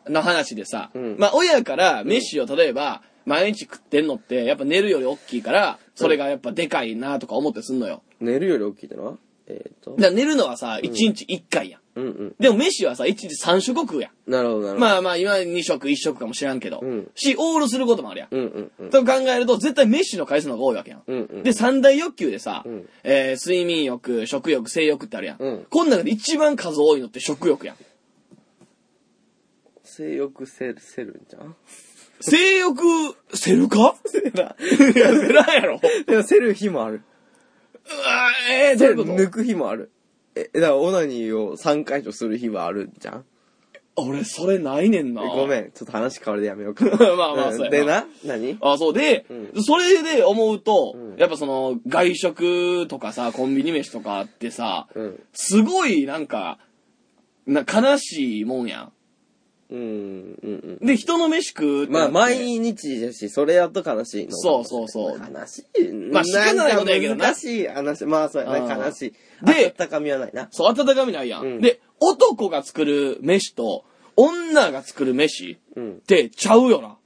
S1: の話でさ、
S2: うん
S1: まあ親から飯を例えば、毎日食ってんのって、やっぱ寝るより大きいから、それがやっぱでかいなとか思ってすんのよ。
S2: 寝るより大きいってのはえっ、と
S1: だ。から寝るのはさ、1日1回やん。
S2: うんうん。
S1: でも飯はさ、1日3食食うやん。
S2: なるほど、なるほど。
S1: まあまあ、今2食、1食かもしらんけど。
S2: うん
S1: し、オールすることもあるやん。
S2: うんうんうん。
S1: と考えると、絶対飯の回数の方が多いわけやん。
S2: うんうん
S1: で、三大欲求でさ、
S2: うん
S1: えー睡眠欲、食欲、性欲ってあるやん。
S2: うん
S1: こん中で一番数多いのって食欲やん。
S2: 性欲せる、せるんじゃん
S1: 性欲、セルかセラ。 (laughs) いや、セラや
S2: (laughs)
S1: ろ。う
S2: でも、せる日もある。
S1: わえー、どう
S2: せ
S1: いう
S2: る、
S1: こと
S2: 抜く日もある。え、だから、オナニーを3回とする日はあるんじゃん
S1: 俺、それないねんな。
S2: えごめん、ちょっと話変わりでやめようか。 (laughs)
S1: まあまあそうやな
S2: でな、何
S1: あ、そうで、
S2: う
S1: それで思うと、
S2: うん
S1: やっぱその、外食とかさ、コンビニ飯とかってさ、
S2: うん。
S1: すごいなんか、な、悲しいもんや
S2: うん、うん、
S1: ん。で、人の飯食うっ
S2: うん。
S1: てな
S2: ま
S1: っ
S2: あ、
S1: て
S2: 毎日だし、それやっと悲しいの。
S1: そうそうそう
S2: 悲しい。
S1: まあ仕方ないことやけどな
S2: 難しい話。まあ、そうやな、
S1: うん
S2: 悲しい。
S1: で
S2: 温かみはないな。
S1: そう、温かみないやん。
S2: うん
S1: で、男が作る飯と、女が作る飯
S2: うん
S1: っ。
S2: (laughs)
S1: てちゃうよな。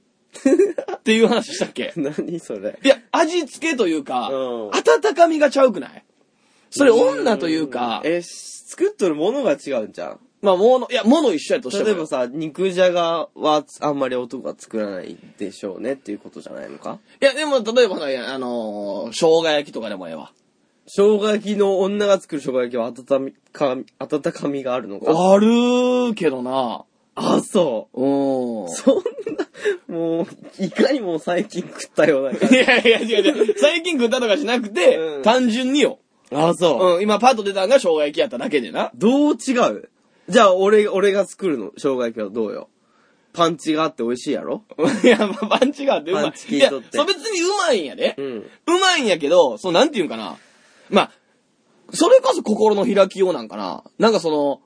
S1: っていう話したっけ
S2: 何それ。
S1: いや、味付けというか、
S2: うん
S1: 温かみがちゃうくないそれ女というか、
S2: え、し作っとるものが違うんじゃん。
S1: まあ、もの、いや、もの一緒やとしても
S2: 例えばさ、肉じゃがはあんまり男が作らないでしょうねっていうことじゃないのか
S1: いや、でも、例えば、あの、生姜焼きとかでもええわ。
S2: 生姜焼きの女が作る生姜焼きは温みかみ、温かみがあるのか。
S1: あるーけどな。
S2: あ、そ
S1: うん
S2: う。。そんな、もう、いかにも最近食ったような感
S1: い
S2: じ。
S1: やいや違う違う。最近食ったとかしなくて、
S2: うん
S1: 単純によ。
S2: あ、そう。
S1: うん、今パッと出たんが生姜焼きやっただけでな。
S2: どう違うじゃあ、俺、俺が作るの、生姜焼きはどうよ。パンチがあって美味しいやろ
S1: (laughs) いや、まあパンチがあってうまい。
S2: パンチ効
S1: い
S2: い
S1: や、
S2: と
S1: そう
S2: って
S1: 別にうまいんやで。
S2: ん。
S1: うまいんやけど、そのなんていうんかな。まあ、それこそ心の開きようなんかな。なんかその、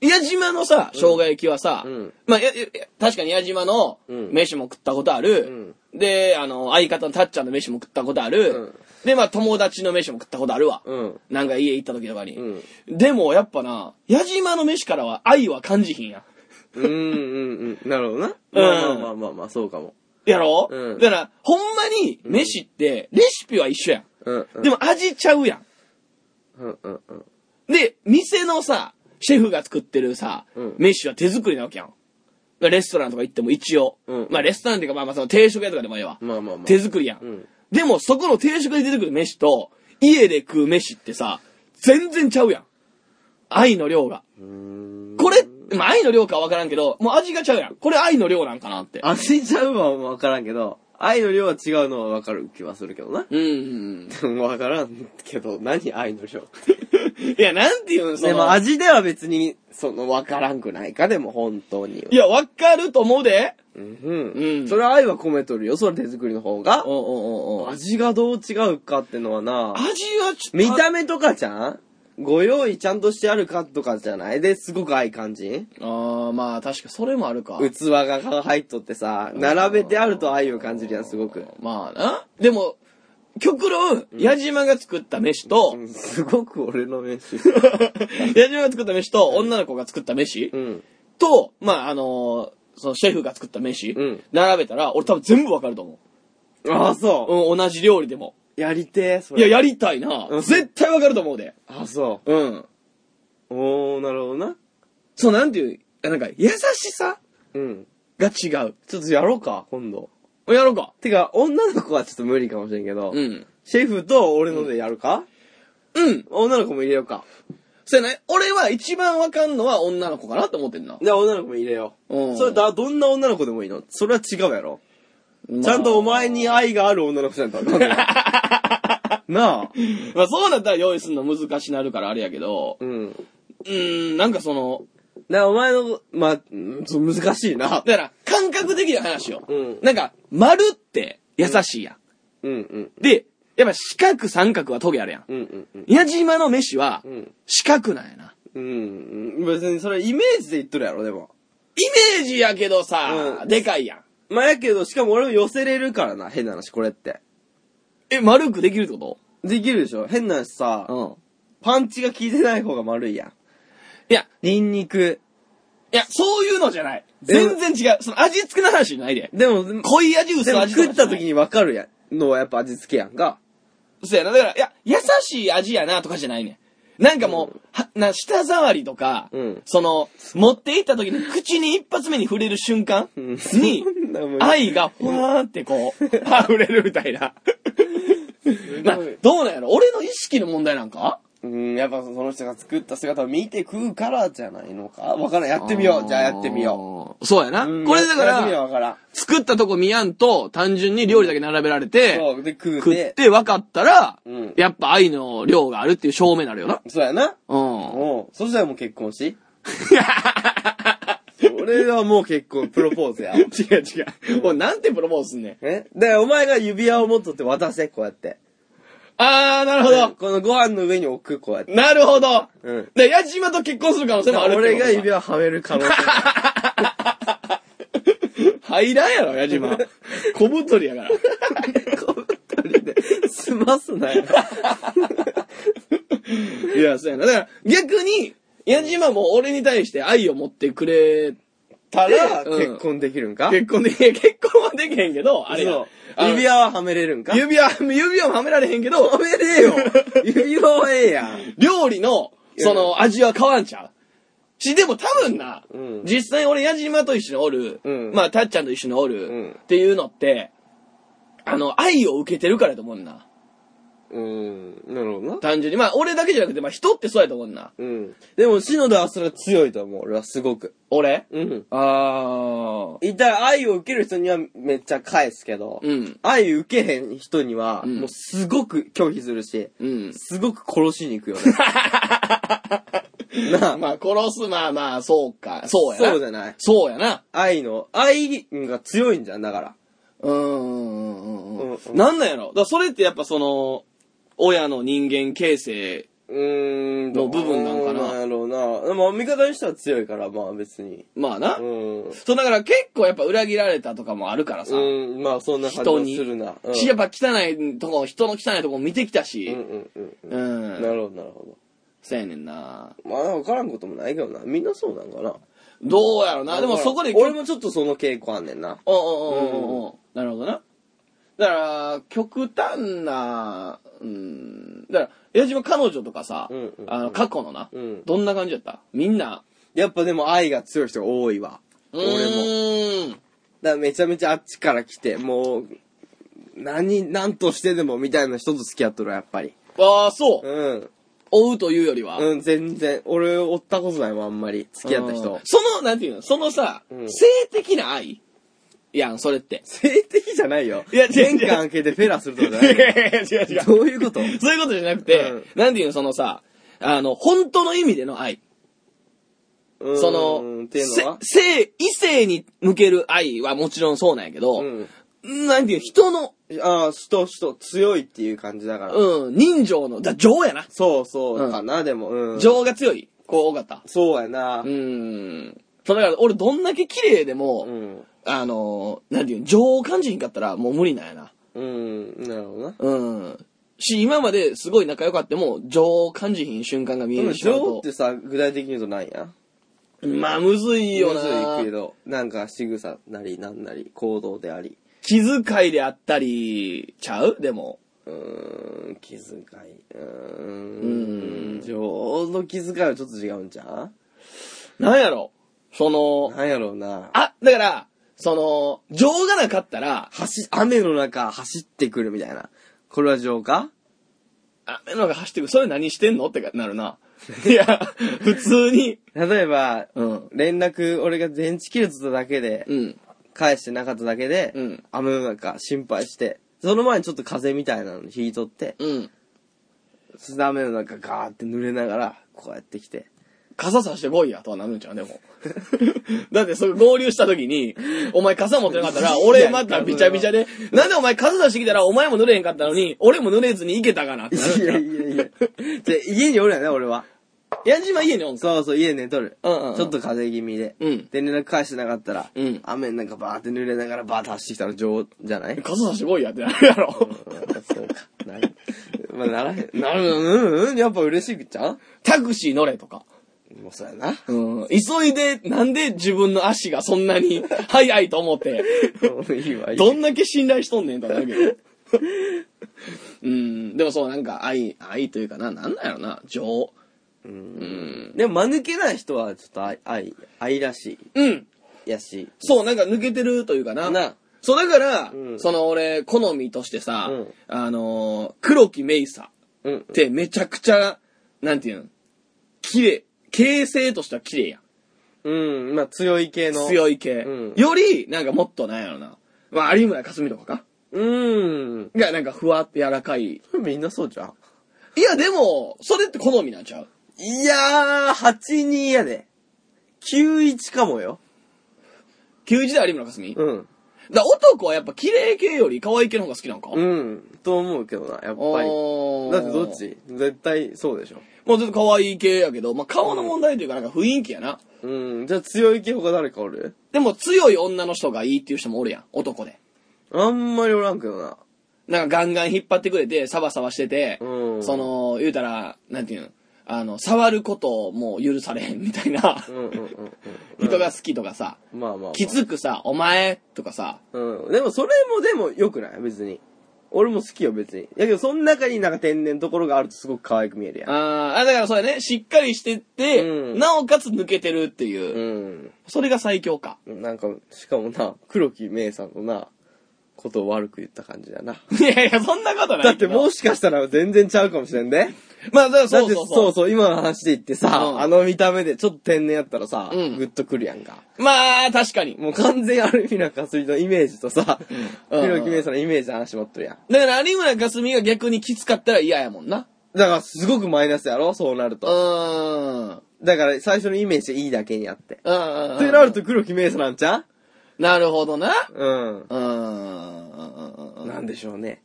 S1: 矢島のさ、生姜焼きはさ、
S2: うん
S1: まあ、やや確かに矢島の
S2: うん
S1: 飯も食ったことある。で、あの、相方のたっちゃんの飯も食ったことある。
S2: うん
S1: で、まあ、友達の飯も食ったことあるわ。
S2: うん。
S1: なんか家行った時とかに。
S2: うん。
S1: でも、やっぱな、矢島の飯からは愛は感じひんやん。
S2: うんうん (laughs) うん。なるほどな。
S1: うん
S2: まあまあまあまあまあ、そうかも。
S1: やろ、
S2: うん
S1: だから、ほんまに、飯って、レシピは一緒やん。
S2: うん、うん。
S1: でも味ちゃうや
S2: うんうんうん。
S1: ん。で、店のさ、シェフが作ってるさ、
S2: うん
S1: 飯は手作りなわけやん。まあレストランとか行っても一応。
S2: うん
S1: まあレストランっていうか、まあまあその定食屋とかでもええわ。
S2: まあまあまあ。
S1: 手作りやん,、
S2: うん
S1: でも、そこの定食で出てくる飯と、家で食う飯ってさ、全然ちゃうやん。愛の量が。
S2: うーん
S1: これ、まあ愛の量かわからんけど、もう味がちゃうやん。これ愛の量なんかなって。
S2: 味ちゃうは分からんけど、愛の量は違うのは分かる気はするけどな。
S1: うんうん
S2: 分からんけど、何愛の量っ
S1: (laughs) うん。いや、なんていうん
S2: て。
S1: その
S2: (laughs) でも味では別に、その分からんくないか、でも本当に。
S1: いや、わかると思うで。
S2: うんうん。
S1: うん
S2: それは愛は込めとるよ、それ手作りの方が。
S1: おおお
S2: 味がどう違うかってのはな、
S1: 味はちょっと。
S2: 見た目とかじゃんご用意ちゃんとしてあるかとかじゃないですごく愛感じ
S1: ああ、まあ確かそれもあるか。
S2: 器が入っとってさ、並べてあると愛を感じるやん、すごく。
S1: まあな。でも、極論、矢島が作った飯と、
S2: うんすごく俺の飯。
S1: (laughs) 矢島が作った飯と、女の子が作った飯、
S2: うん。
S1: と、まああのーそのシェフが作った飯、
S2: うん
S1: 並べたら、俺多分全部わかると思
S2: ああ、そう。
S1: う。うん、同じ料理でも。
S2: やりてえ、そ
S1: い
S2: れ。
S1: や、やりたいな。
S2: うん
S1: 絶対わかると思うで。
S2: あ、そ
S1: うん。
S2: う。おー、なるほどな。
S1: そう、なんていう、なんか、優しさ
S2: うん。
S1: が違う。
S2: ちょっとやろうか、今度。
S1: やろうか。
S2: てか、女の子はちょっと無理かもしれんけど、
S1: うん。
S2: シェフと俺のでやるか、
S1: うん。
S2: 女の子も入れようか。
S1: そうやね。俺は一番わかんのは女の子かなと思ってんな。
S2: じゃあ女の子も入れよう。
S1: うん
S2: それだ、どんな女の子でもいいのそれは違うやろ。ちゃんとお前に愛がある女の子じゃんと (laughs) あかんのよなあ。
S1: (laughs) まあそうなったら用意するの難しなるからあれやけど、
S2: うん。
S1: うーん、なんかその、
S2: な、お前の、まあ、うんそう難しいな。
S1: だから感覚的な話よ。
S2: うん
S1: なんか、丸って優しいやん。
S2: うんうん。
S1: で、やっぱ四角三角はトゲあるやん。
S2: うんうんうん。
S1: 矢島の飯は
S2: うん、
S1: 四角なんやな。
S2: うんうん。別にそれイメージで言っとるやろ、でも。
S1: イメージやけどさ、
S2: うん
S1: でかいやん。
S2: まあやけど、しかも俺も寄せれるからな、変な話、これって。
S1: え、丸くできるってこ
S2: できるでしょ変な話さ、
S1: と
S2: パンチが効いてない方が丸いやん。
S1: いや、
S2: ニンニク。
S1: いや、そういうのじゃない。
S2: で
S1: 全然違う。その味付けの話じゃないで。
S2: でも、でも
S1: 濃い味、薄い味とか
S2: 食った時
S1: に。
S2: に分かるやん。のはやっぱ味付けやんか。
S1: そうやな。だから、いや、優しい味やなとかじゃないねん。なんかもう、はな、舌触りとか、
S2: うん
S1: その、持っていった時に口に一発目に触れる瞬間
S2: ん
S1: に
S2: そんなも、ん
S1: 愛がふわーってこ
S2: (laughs)
S1: う、溢れるみたいな。
S2: い
S1: まあ、どうなんやろ俺の意識の問題なんか
S2: うん、やっぱその人が作った姿を見て食うからじゃないのか分からん。やってみ
S1: あ
S2: よ
S1: ー
S2: う。じゃあやってみよ
S1: そうやな。
S2: う。うん
S1: これだか
S2: やってみよう、
S1: ら、
S2: 分からん。
S1: 作ったとこ見やんと、単純に料理だけ並べられて、
S2: そう、で食う。
S1: 食ってて分かったら、
S2: うん
S1: やっぱ愛の量があるっていう証明になるよな。
S2: そうやな。
S1: うん。
S2: おうそしたらもう結婚し。俺はもう結婚、プロポーズ
S1: (laughs)
S2: やわ。
S1: 違う違う。もうなんてプロポーズすんねん。
S2: えだからお前が指輪を持っとって渡せ、こうやって。
S1: あー、なるほ
S2: こ
S1: ど。
S2: のご飯の上に置く、こうやって。
S1: なるほど。
S2: うん。
S1: で、矢島と結婚する可能性もあるってこと
S2: 俺が指輪はめる
S1: (laughs)
S2: 可能性があ
S1: 入らんやろ、矢 (laughs) 島。小太りやから。
S2: る。小太りで、済ますなよ。
S1: いや、そうやな。だから、逆に、矢島も俺に対して愛を持ってくれた
S2: たら、
S1: ら、うん
S2: 結婚できるんか
S1: 結婚できへん、結婚はできへんけど、あれや
S2: そう。
S1: あの
S2: 指輪ははめれるんか
S1: 指輪、指輪もはめられへんけど、はめれ (laughs)
S2: えよ指輪はええやん。
S1: 料理の、その、味は変わんちゃう。し、でも多分な、
S2: うん
S1: 実際俺、矢島と一緒におる、
S2: うん
S1: まあ、たっちゃんと一緒におる、
S2: うん
S1: っていうのって、あの、愛を受けてるからやと思うんな。
S2: うん。なるほどな。
S1: 単純に。まあ、俺だけじゃなくて、まあ、人ってそうやと思うな。
S2: うん。でも、篠田あすら強いと思う。俺はすごく。
S1: 俺
S2: うん。
S1: ああ。
S2: 一体愛を受ける人にはめっちゃ返すけど、
S1: うん。
S2: 愛受けへん人には、
S1: うん
S2: もうすごく拒否するし、
S1: うん。
S2: すごく殺しに行くよ (laughs) ね。なあ、
S1: まあ、殺す、まあまあ、そうか。そうやな。
S2: そうじゃない。
S1: そうやな。
S2: 愛の、愛が強いんじゃん、だから。
S1: うーんうんうん
S2: うん
S1: う。
S2: うんん
S1: なんなんやろだからそれってやっぱその、親の人間形成。
S2: うーん、
S1: の部分なんかな
S2: どうやろうな。でも、味方にしては強いから、まあ別に。
S1: まあな。
S2: うん。う
S1: そうだから結構やっぱ裏切られたとかもあるからさ。
S2: ん、まあそんな感
S1: 人に
S2: じがするな。うん
S1: し、やっぱ汚いとこ、人の汚いとこ見てきた
S2: うん
S1: し。
S2: うんうんうん。
S1: うん。
S2: なるほど、なるほ
S1: そうやねんな。
S2: ど。まあ、わからんこともないけどな。みんなそうなんかな。
S1: どうやろな。でもそこで、
S2: 俺もちょっとその傾向あんねんな。
S1: おうんうんうんうんうん。なるほどな。だから、極端な、うん。だから、矢島彼女とかさ、
S2: うんうんうん
S1: あの、過去のな、
S2: うん
S1: どんな感じだったみんな、
S2: やっぱでも愛が強い人が多いわ。俺も。
S1: 俺も。
S2: だからめちゃめちゃあっちから来て、もう、何、何としてでもみたいな人と付き合っとるわやっぱり。
S1: ああ、そう。
S2: うん。
S1: 追うというよりは。
S2: うん、全然。俺、追ったことないもん、あんまり。付き合った
S1: う
S2: 人
S1: ん。その、なんていうの、そのさ、
S2: うん
S1: 性的な愛やん、それって。
S2: 性的じゃないよ。
S1: いや違う違う
S2: 玄関開けてフェラするとかじゃ
S1: い
S2: な
S1: や
S2: い
S1: い
S2: (laughs)
S1: やいや違う違う。
S2: どういうこと
S1: そういうことじゃなくて、
S2: うん
S1: なんていうの、そのさ、あの、本当の意味での愛。その、
S2: っていうのは
S1: せ性、異性に向ける愛はもちろんそうなんやけど、
S2: うん。
S1: なんていう、人の、
S2: ああ、人、人、強いっていう感じだから。
S1: うん、人情の、だ、情やな。
S2: そうそうかな、でも。うん。
S1: 情が強い。こう、多かった。
S2: そうやな
S1: う。ん。そうだから、俺どんだけ綺麗でも、
S2: うん。
S1: あの、なんていうの、情を感じひんかったらもう無理なんやな。
S2: うん、なるほどな。
S1: うん。し、今まですごい仲良かっても、情を感じひん瞬間が見
S2: で
S1: え
S2: も、
S1: るしまう
S2: 情
S1: と
S2: ってさ、具体的に言うとなんや
S1: まあ、むずいよ
S2: む
S1: な
S2: ずいけど、なんか仕草なりなんなり、行動であり。
S1: 気遣いであったり、ちゃうでも。
S2: うーん、気遣い。う
S1: う
S2: ー
S1: ん
S2: ん。情の気遣いはちょっと違うんじゃ
S1: なんやろその
S2: ん、なんやろうな。
S1: あ、だから、その、情がなかったら、
S2: 走、雨の中走ってくるみたいな。これは情か
S1: あ、目の中走ってくる。それ何してんのってなるな。いや、普通に。
S2: 例えば、
S1: うん。
S2: 連絡、俺が電池切れてただけで、
S1: うん。
S2: 返してなかっただけで、
S1: うん
S2: 雨の中心配して、その前にちょっと風みたいなの引いとって、
S1: うん。
S2: そして雨の中ガーって濡れながら、こうやってきて、
S1: 傘さしてこいや、とはなるんちゃうでも。 (laughs) だって、それ合流した時に、お前傘持ってなかったら、俺またびちゃびちゃで、なんでお前傘さしてきたら、お前も濡れへんかったのに、俺も濡れずに行けたかなって
S2: い
S1: なるんちゃ
S2: や
S1: う
S2: いやいや。 (laughs) で、家におるやね、俺は。
S1: 矢島家におんすか
S2: そうそう、家寝とる。
S1: うんうんうん
S2: ちょっと風邪気味で。
S1: うん
S2: で、連絡返してなかったら、
S1: うん
S2: 雨の中バーって濡れながらバーって走ってきたら情じゃない
S1: 傘さしてこいやってなるやろ。
S2: そうか。なる。まあ、ならへん。なる、うん、うん、やっぱ嬉しいじゃん
S1: (laughs) タクシー乗れとか。
S2: もうそうやな。
S1: うん。急いで、なんで自分の足がそんな
S2: (laughs)
S1: に速いと思って、
S2: うん (laughs) いいわ、いいわ
S1: どんだけ信頼しとんねんとはなるけ
S2: (laughs)
S1: ど。うん。でもそう、なんか愛、愛というかな、なんなんやろな、情。
S2: うん。でも、間抜けない人は、ちょっと愛、愛、愛らし
S1: うん。
S2: い、やし。
S1: そう、なんか抜けてるというかな。
S2: な
S1: そう、だから、
S2: うん
S1: その俺、好みとしてさ、
S2: うん
S1: あのー黒木メイサ
S2: うん
S1: っ。てめちゃくちゃ、なんていうの、綺麗。形成としては綺麗やん。
S2: うん、まあ、強い系の。い。
S1: 強い系。
S2: うん
S1: より、なんかもっとなんやろな。まあ、有村架純とかか。
S2: うん。
S1: が、なんかふわって柔らかい。
S2: みんなそうじゃん。
S1: いや、でも、それって好みなんちゃう
S2: いやー、82やで。91かもよ。
S1: 旧時代有村架純、だか
S2: うん。
S1: ら男はやっぱ綺麗系より可愛い系の方が好きなんか、
S2: うん。と思うけどな、やっ
S1: お
S2: ぱり。
S1: ー
S2: だってどっち絶対そうでしょ。
S1: もうずっと可愛い系やけど、まあ、顔の問題というかなんか雰囲気やな。
S2: うん。じゃあ強い系他誰かおる
S1: でも強い女の人がいいっていう人もおるやん、男で。
S2: あんまりおらんけどな。
S1: なんかガンガン引っ張ってくれて、サバサバしてて、
S2: うん
S1: その、言うたら、なんていうの、あの、触ることをもう許されへんみたいな
S2: うんうんうんうん。
S1: (laughs) 人が好きとかさ、
S2: まあまあ、まあ。
S1: きつくさ、お前とかさ、
S2: うん。でもそれもでも良くない別に。俺も好きよ別に。やけどその中になんか天然ところがあるとすごく可愛く見えるやん。
S1: あーあ、だからそうやね、しっかりしてって、
S2: うん
S1: なおかつ抜けてるっていう、
S2: うん。
S1: それが最強か。 (laughs)
S2: なんか、しかもな、黒木メイさんのな、ことを悪く言った感じだな。
S1: いやいや、そんなことない。
S2: だって
S1: う、
S2: もしかしたら全然ちゃうかもしれんね。
S1: まあ、だから
S2: だっ
S1: そう
S2: て
S1: そ
S2: そうう
S1: そ
S2: そうう、今の話で言ってさ、
S1: うん
S2: あの見た目でちょっと天然やったらさ、
S1: うん
S2: グッとくるやんか。
S1: まあ、確かに。
S2: もう完全にアルミナカスリのイメージとさ、
S1: うん
S2: ひろきめいさんのイメージの話持ってるやん。
S1: だから、有村架純が逆にきつかったら嫌やもんな。
S2: だからすごくマイナスやろそうなる
S1: う
S2: と。
S1: ーん。うん。
S2: だから最初のイメージでいいだけにあって。
S1: っ
S2: ってなると黒木メイサなんちゃう
S1: なるほどな。
S2: うん。
S1: うーん。
S2: なんでしょうね。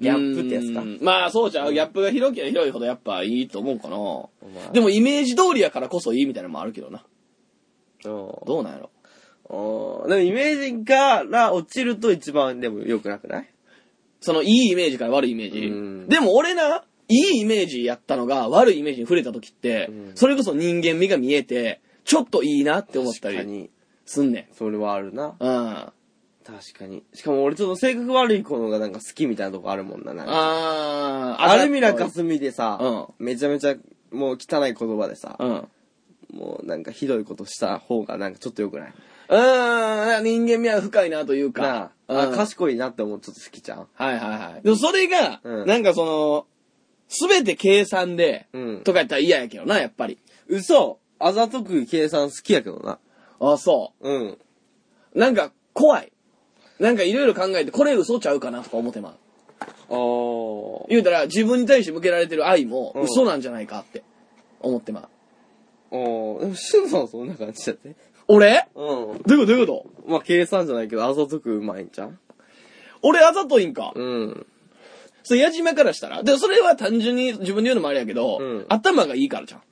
S1: ギ
S2: ギャップってやつか。
S1: まあ、そうじゃん。ギャップが広きゃ広いほどやっぱいいと思うか
S2: ま
S1: な。
S2: あ
S1: でも、イメージ通りやからこそいいみたいなのもあるけどな。
S2: う
S1: どうなんやろ。
S2: ん。でもイメージから落ちると一番でも良くなくない
S1: その、いいイメージから悪いイメー
S2: う
S1: ジ。
S2: ん
S1: でも、俺な、いいイメージやったのが悪いイメージに触れた時って
S2: う、ん
S1: それこそ人間味が見えて、ちょっといいなって思った
S2: 確か
S1: り
S2: に。
S1: すんね
S2: それはあるな。
S1: ん。うん。
S2: 確かに。しかも俺ちょっと性格悪い子のがなんか好きみたいなとこあるもんな。なんか
S1: あー、
S2: アルミラカスミでさ、
S1: う
S2: めちゃめちゃもう汚い言葉でさ、
S1: うん。
S2: もうなんかひどいことした方がなんかちょっと良くない
S1: うん、人間味は深いなという
S2: な
S1: か。
S2: あ、
S1: うん
S2: あ賢いなって思うちょっと好きちゃん。
S1: はいはいはい。でもそれが、
S2: うん
S1: なんかその、すべて計算で、
S2: うん
S1: とかやったら嫌やけどな、やっぱり。
S2: 嘘あざとく計算好きやけどな。
S1: あ、そ
S2: うん。
S1: う。なんか、怖い。なんかいろいろ考えて、これ嘘ちゃうかなとか思ってまう。
S2: おー。
S1: 言うたら、自分に対して向けられてる愛も、
S2: うん
S1: 嘘なんじゃないかって、思ってまう。
S2: おー。でも、しのさんはそんな感じだって。
S1: 俺
S2: うん。
S1: どういうことどういうこと
S2: まあ、計算じゃないけど、あざとくうまいんちゃう
S1: 俺あざといんか。
S2: うん。
S1: それ矢島からしたら。で、それは単純に自分で言うのもあれやけど、
S2: うん
S1: 頭がいいからじゃん。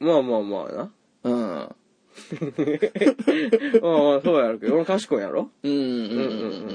S2: まあまあまあな。 (laughs)
S1: うん。
S2: まあまあ、そうやろうけど、俺賢いやろ
S1: うんうん
S2: う
S1: う。
S2: んうんんうん。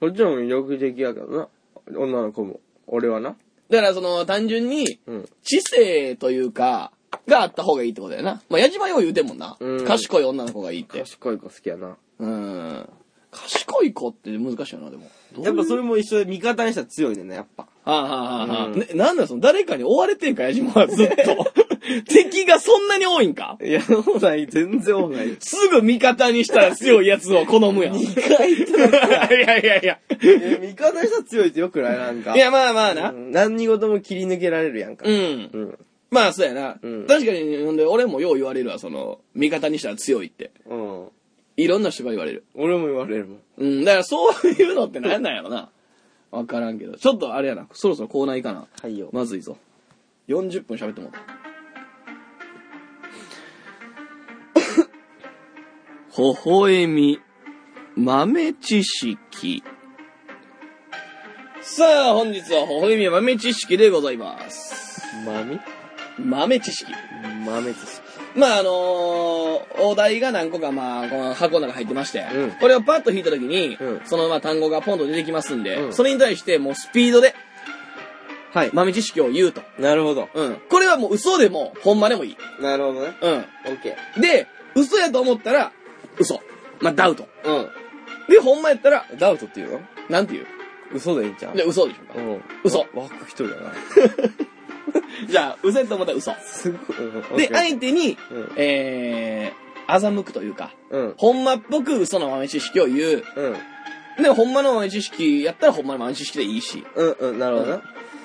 S2: こっちも魅力的やけどな。女の子も。俺はな。
S1: だからその、単純に、
S2: うん。
S1: 知性というか、があった方がいいってことだよな。まあ、矢島よう言うてんもんな。
S2: うん
S1: 賢い女の子がいいって。
S2: 賢い子好きやな。
S1: うん。賢い子って難しいよな、でも。
S2: やっぱそれも一緒で味方にしたら強いねんな、やっぱ。
S1: はあ、はあはあはあ
S2: うん
S1: ね、なんだよその、誰かに追われてんか、矢島はずっと。
S2: (laughs)
S1: 敵がそんなに多いんか。
S2: いや、そんない、全然多ない。
S1: すぐ味方にしたら強いやつを好むやん。いや (laughs) いやいや。
S2: (laughs) え味方にしたら強いってよくないなんか。
S1: いや、まあまあな
S2: う。ん何に事も切り抜けられるやんか
S1: う。ん。
S2: うん。
S1: まあ、そうやな。
S2: うん
S1: 確かに、ほんで、俺もよう言われるわ、その、味方にしたら強いって。
S2: うん。
S1: いろんな人が言われる。
S2: 俺も言われるもん。
S1: うん、だからそういうのってなんなんやろな。わからんけど。ちょっとあれやな、そろそろコーナー行かな。
S2: はいよ。
S1: まずいぞ。40分喋っても (laughs) らった。微笑み、豆知識。さあ、本日は微笑み豆知識でございます。
S2: 豆
S1: 豆知識。
S2: 豆知識。
S1: まああのーお題が何個かまあこの箱の中入ってまして、
S2: うん
S1: これをパッと引いた時に、
S2: うん
S1: そのまあ単語がポンと出てきますんで、
S2: うん
S1: それに対してもうスピードで
S2: はい。
S1: 豆知識を言うと。
S2: なるほど。
S1: うん。これはもう嘘でも、ほんまでもいい。
S2: なるほどね。
S1: う
S2: オッケ
S1: ん。で、嘘やと思ったら、嘘。まあダウト。
S2: ー。
S1: で、ほんまやったら、
S2: うん。ダウトっていうの
S1: なんて言う
S2: 嘘でいいんちゃう
S1: で、嘘でしょうか。
S2: うん。
S1: 嘘
S2: わわっこ一人だな。
S1: じゃあ、嘘やと思ったら嘘。
S2: すごい。うん
S1: で、、
S2: オッケ
S1: 相手に、
S2: ーうん
S1: えー、欺くというか、
S2: うん。
S1: ほんまっぽく嘘の豆知識を言う。
S2: うん。
S1: で、ほんまの豆知識やったらほんまの豆知識でいいし。
S2: うん。うん。なるほどな。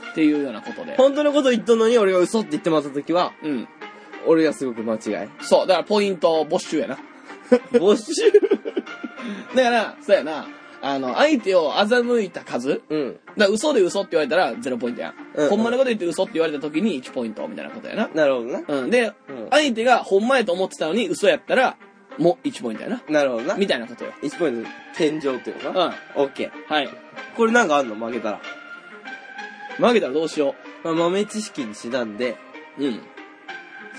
S1: っていうようなことで。
S2: 本当のこと言っとんのに俺が嘘って言ってまった時は、
S1: うん。
S2: 俺がすごく間違い。
S1: そう。だからポイント没収やな。
S2: 没収
S1: (laughs) だから、そうやな。あの、相手を欺いた数。
S2: うん。
S1: だから嘘で嘘って言われたら0ポイントやん。
S2: うんうん
S1: ほんまのこと言って嘘って言われた時に1ポイントみたいなことやな。
S2: なるほどな。
S1: うん。で、
S2: うん
S1: 相手がほんまやと思ってたのに嘘やったら、もう1ポイントやな。
S2: なるほどな。
S1: みたいなことよ。
S2: 1ポイント、天井っていう
S1: う
S2: の
S1: ん。
S2: か。
S1: は
S2: オッケー。
S1: い。
S2: これなんかあんの負けたら。
S1: 負けたらどうしよ
S2: まあ、豆知識にちなんで、
S1: う。うん。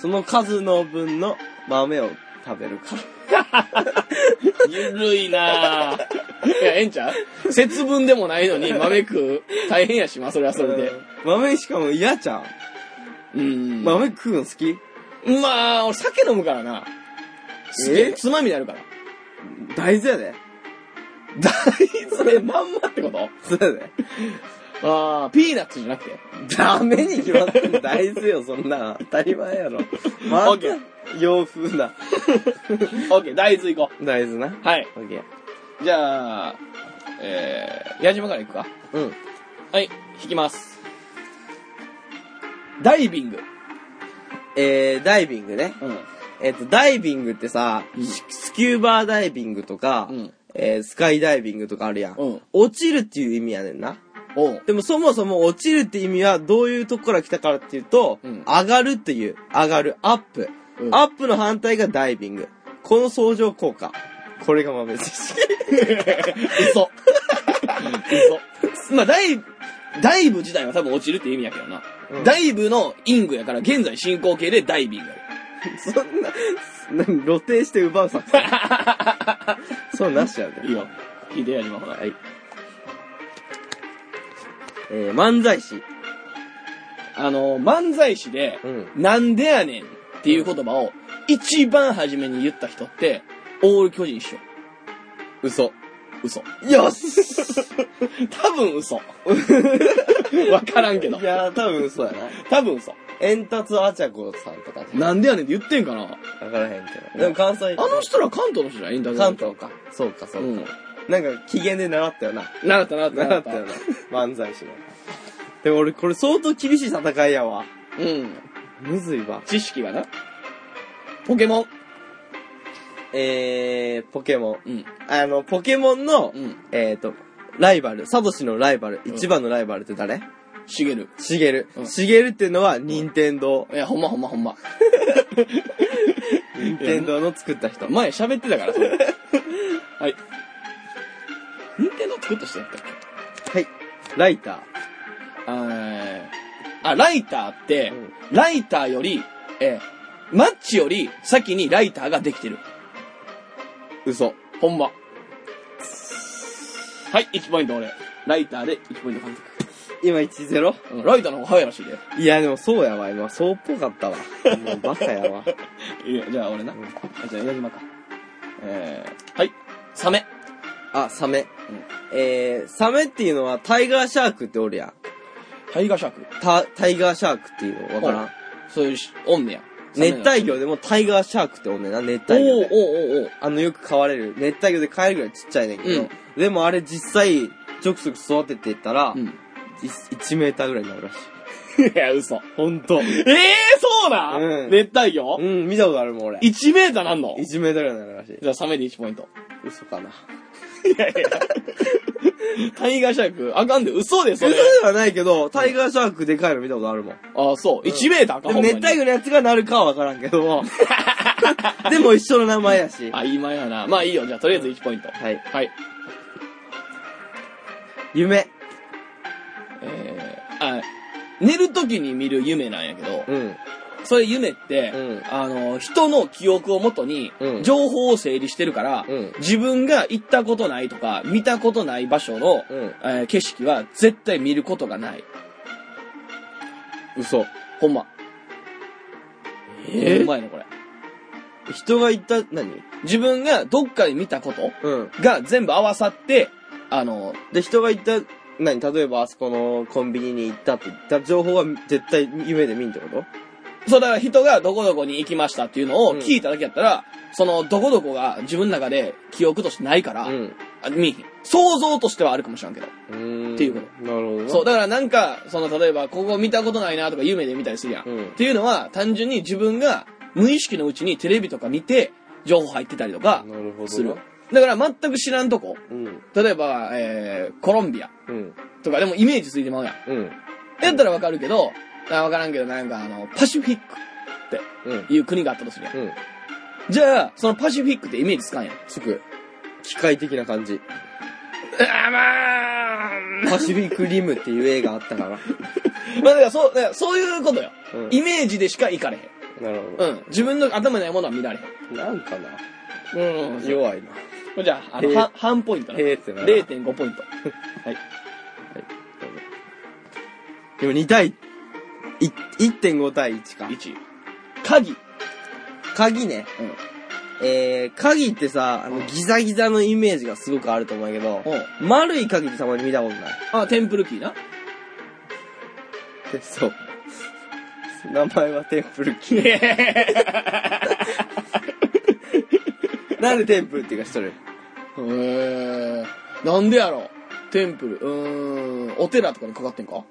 S2: その数の分の豆を食べるか。
S1: ゆるいなぁ。 (laughs) いや、ええんちゃう節分でもないのに豆食う。大変やしま、それはそれで。
S2: 豆しかも嫌じゃん。
S1: うん。
S2: 豆食うの好き
S1: まあ、俺酒飲むからな。すげえ、
S2: え
S1: つまみになるから。
S2: 大豆やで。
S1: (laughs) 大 (laughs) 豆まんまってこと
S2: そうやで。
S1: ああ、ピーナッツじゃなくて。
S2: ダメに決まってる大豆よ、そんな。当たり前やろ。ま
S1: オッケー
S2: た、洋風な。
S1: (laughs) オッケー、大豆いこ
S2: 大豆な。
S1: う。はい。
S2: オッケー。
S1: じゃあ、えー、矢島から行くか。
S2: うん。
S1: はい、弾きます。ダイビング。
S2: えー、ダイビングね。
S1: うん。
S2: えっ、と、ダイビングってさ、
S1: うん
S2: ススキューバーダイビングとか、
S1: うん
S2: えースカイダイビングとかあるやん,、
S1: うん
S2: 落ちるっていう意味やねんな。
S1: おう。
S2: でもそもそも落ちるって意味はどういうとこから来たからっていうと、
S1: うん
S2: 上がるっていう、上がる、アップ、
S1: うん
S2: アップの反対がダイビング。この相乗効果。これが豆知識。
S1: (laughs) 嘘。嘘。まあ、ダイ、ダイブ自体は多分落ちるって意味やけどな。
S2: うん
S1: ダイブのイングやから、現在進行形でダイビングや
S2: そんな、 (laughs) 何、露呈して奪う作戦。そうなしや
S1: る。 (laughs)
S2: で。
S1: いいよ。聞いて、矢島ほら。
S2: はい。えー、漫才師。
S1: あの、漫才師で、
S2: うん。
S1: なんでやねんっていう言葉を、一番初めに言った人って、オール巨人師匠。
S2: 嘘。
S1: 嘘。
S2: よし
S1: 多分嘘。 (laughs) わからんけど
S2: い。やー、多分嘘やな。
S1: 多分嘘。
S2: 円達あちゃこさんとかね。
S1: なんでやねんって言ってんかな
S2: わからへんけど。でも関西。
S1: あの人ら関東の人じゃないんだ
S2: 関東か。そうか、そううか。
S1: ん。
S2: なんか、機嫌で習ったよな。
S1: 習った習った
S2: 習ったよな。漫才師の。でも俺、これ相当厳しい戦いやわ。
S1: うん。
S2: むずいわ。
S1: 知識がな。ポケモン。
S2: えー、ポケモン。
S1: うん。
S2: あの、ポケモンの、
S1: うん。
S2: えーと、ライバル、サトシのライバル、
S1: ん
S2: 一番のライバルって誰
S1: しげる。
S2: シゲル
S1: う。ん
S2: シゲルっていうのは、任天堂。
S1: (laughs) いや、ほんまほんまほんま。
S2: 任天堂の作った人。
S1: 前喋ってたから、それ。はい。任天堂作った人やったっけ
S2: はい。ライタ
S1: あーあ、ライターって、
S2: うん
S1: ライターより、えーマッチより先にライターができてる。
S2: ー。嘘。
S1: ほんま。はい、1ポイント俺。ライターで1ポイント獲得。
S2: 今 1-0?
S1: うん、ライターの方が早いらしいで。
S2: いや、でもそうやわ。今、そうっぽかったわ。もうバカやわ。
S1: (laughs) いや、じゃあ俺な。
S2: ん
S1: じゃあ、矢島か。えー、はい。サメ。
S2: (laughs) あ、サメ。えー、サメっていうのは、タイガーシャークっておるやん。
S1: タイガーシャーク。
S2: タ、タイガーシャークっていうのわからん。
S1: そういうし、おんねや。
S2: 熱帯魚
S1: で。
S2: でもタイガーシャークっておんねんな、熱
S1: お
S2: 帯魚
S1: お
S2: で。
S1: おうおうおう
S2: あの、よく飼われる。熱帯魚で飼えるぐらいちっちゃいねんけど。
S1: うん
S2: でもあれ実際、ちょくちょく育てていったら、
S1: うん。
S2: 1, メーターぐらいになるらし
S1: (laughs)
S2: い。
S1: いや、嘘。
S2: ほん (laughs) と。
S1: ええー、そうな、
S2: うん
S1: 熱帯魚、
S2: うん、見たことあるもん俺。
S1: ?1 メーターなんの
S2: 1メーターぐらいになるらしい。
S1: じゃあ、サメで1ポイント。
S2: 嘘かな。
S1: いやいや。タイガーシャーク、あかんで、嘘で、そ
S2: 嘘
S1: れ
S2: で。はないけど、タイガーシャークでかいの見たことあるもん。
S1: あ、そう。1メーターか、
S2: でも熱帯
S1: 魚。
S2: 魚のやつがなるかはわからんけ
S1: (laughs)
S2: ども。でも一緒の名前やし。
S1: あ、今やな。まあいいよ。じゃあ、とりあえず1ポイント。
S2: はい。
S1: はい。
S2: 夢。
S1: えー、あ、寝るときに見る夢なんやけど、
S2: うん。
S1: それ夢って、
S2: うん
S1: あの、人の記憶をもとに
S2: う、ん
S1: 情報を整理してるから、
S2: うん
S1: 自分が行ったことないとか、見たことない場所の、
S2: うん。
S1: えー景色は絶対見ることがない。
S2: 嘘。
S1: ほんま。
S2: えー
S1: ほんまやな、これ。
S2: 人が言った、何
S1: 自分がどっかで見たこと
S2: うん。
S1: が全部合わさって、あの、
S2: で、人が言った、何例えばあそこのコンビニに行ったって言った情報は絶対夢で見んってこと
S1: そうだから人がどこどこに行きましたっていうのを
S2: うん
S1: 聞いただけやったら、そのどこどこが自分の中で記憶としてないから、
S2: うん。
S1: あ見えへん。想像としてはあるかもしれんけど。
S2: うーん。
S1: っていうこ
S2: なるほどな。
S1: そう、だからなんか、その例えばここ見たことないなとか夢で見たりするやん。
S2: うん
S1: っていうのは単純に自分が無意識のうちにテレビとか見て情報入ってたりとか
S2: なるほどな。
S1: する。だから全く知らんとこ。
S2: うん。
S1: 例えば、えー、コロンビア
S2: うん。
S1: とかでもイメージついてまうやん。
S2: うん。
S1: やったらわかるけど、あわからんけどなんかあの、パシフィック
S2: うん。
S1: いう国があったとするやん。
S2: うん。
S1: じゃあ、そのパシフィックってイメージつかんやん。
S2: つく。機械的な感じ。
S1: あまあ
S2: パシフィックリムっていう映画あったから。
S1: まあだからそう、だからそういうことよ。
S2: うん
S1: イメージでしかいかれへん。
S2: なるほ
S1: う
S2: ど。
S1: ん。自分の頭にないものは見られ
S2: なんかな。
S1: へん。うん。
S2: 弱いな。
S1: じゃあ、あの、
S2: へえ
S1: 半半ポイントな。
S2: へえってな
S1: 0.5ポイント。はい。
S2: でも2対、い1.5対1か。
S1: 1。鍵。
S2: 鍵ね。えー、鍵ってさ、あの、ギザギザのイメージがすごくあると思うんやけど、
S1: うん。
S2: 丸い鍵ってたまに見たことない。
S1: あ、テンプルキーな。
S2: そう。名前はテンプルキー。なんでテンプルっていうかしとる
S1: へえ。なんでやろテンプル。うーん、お寺とかにかかってんか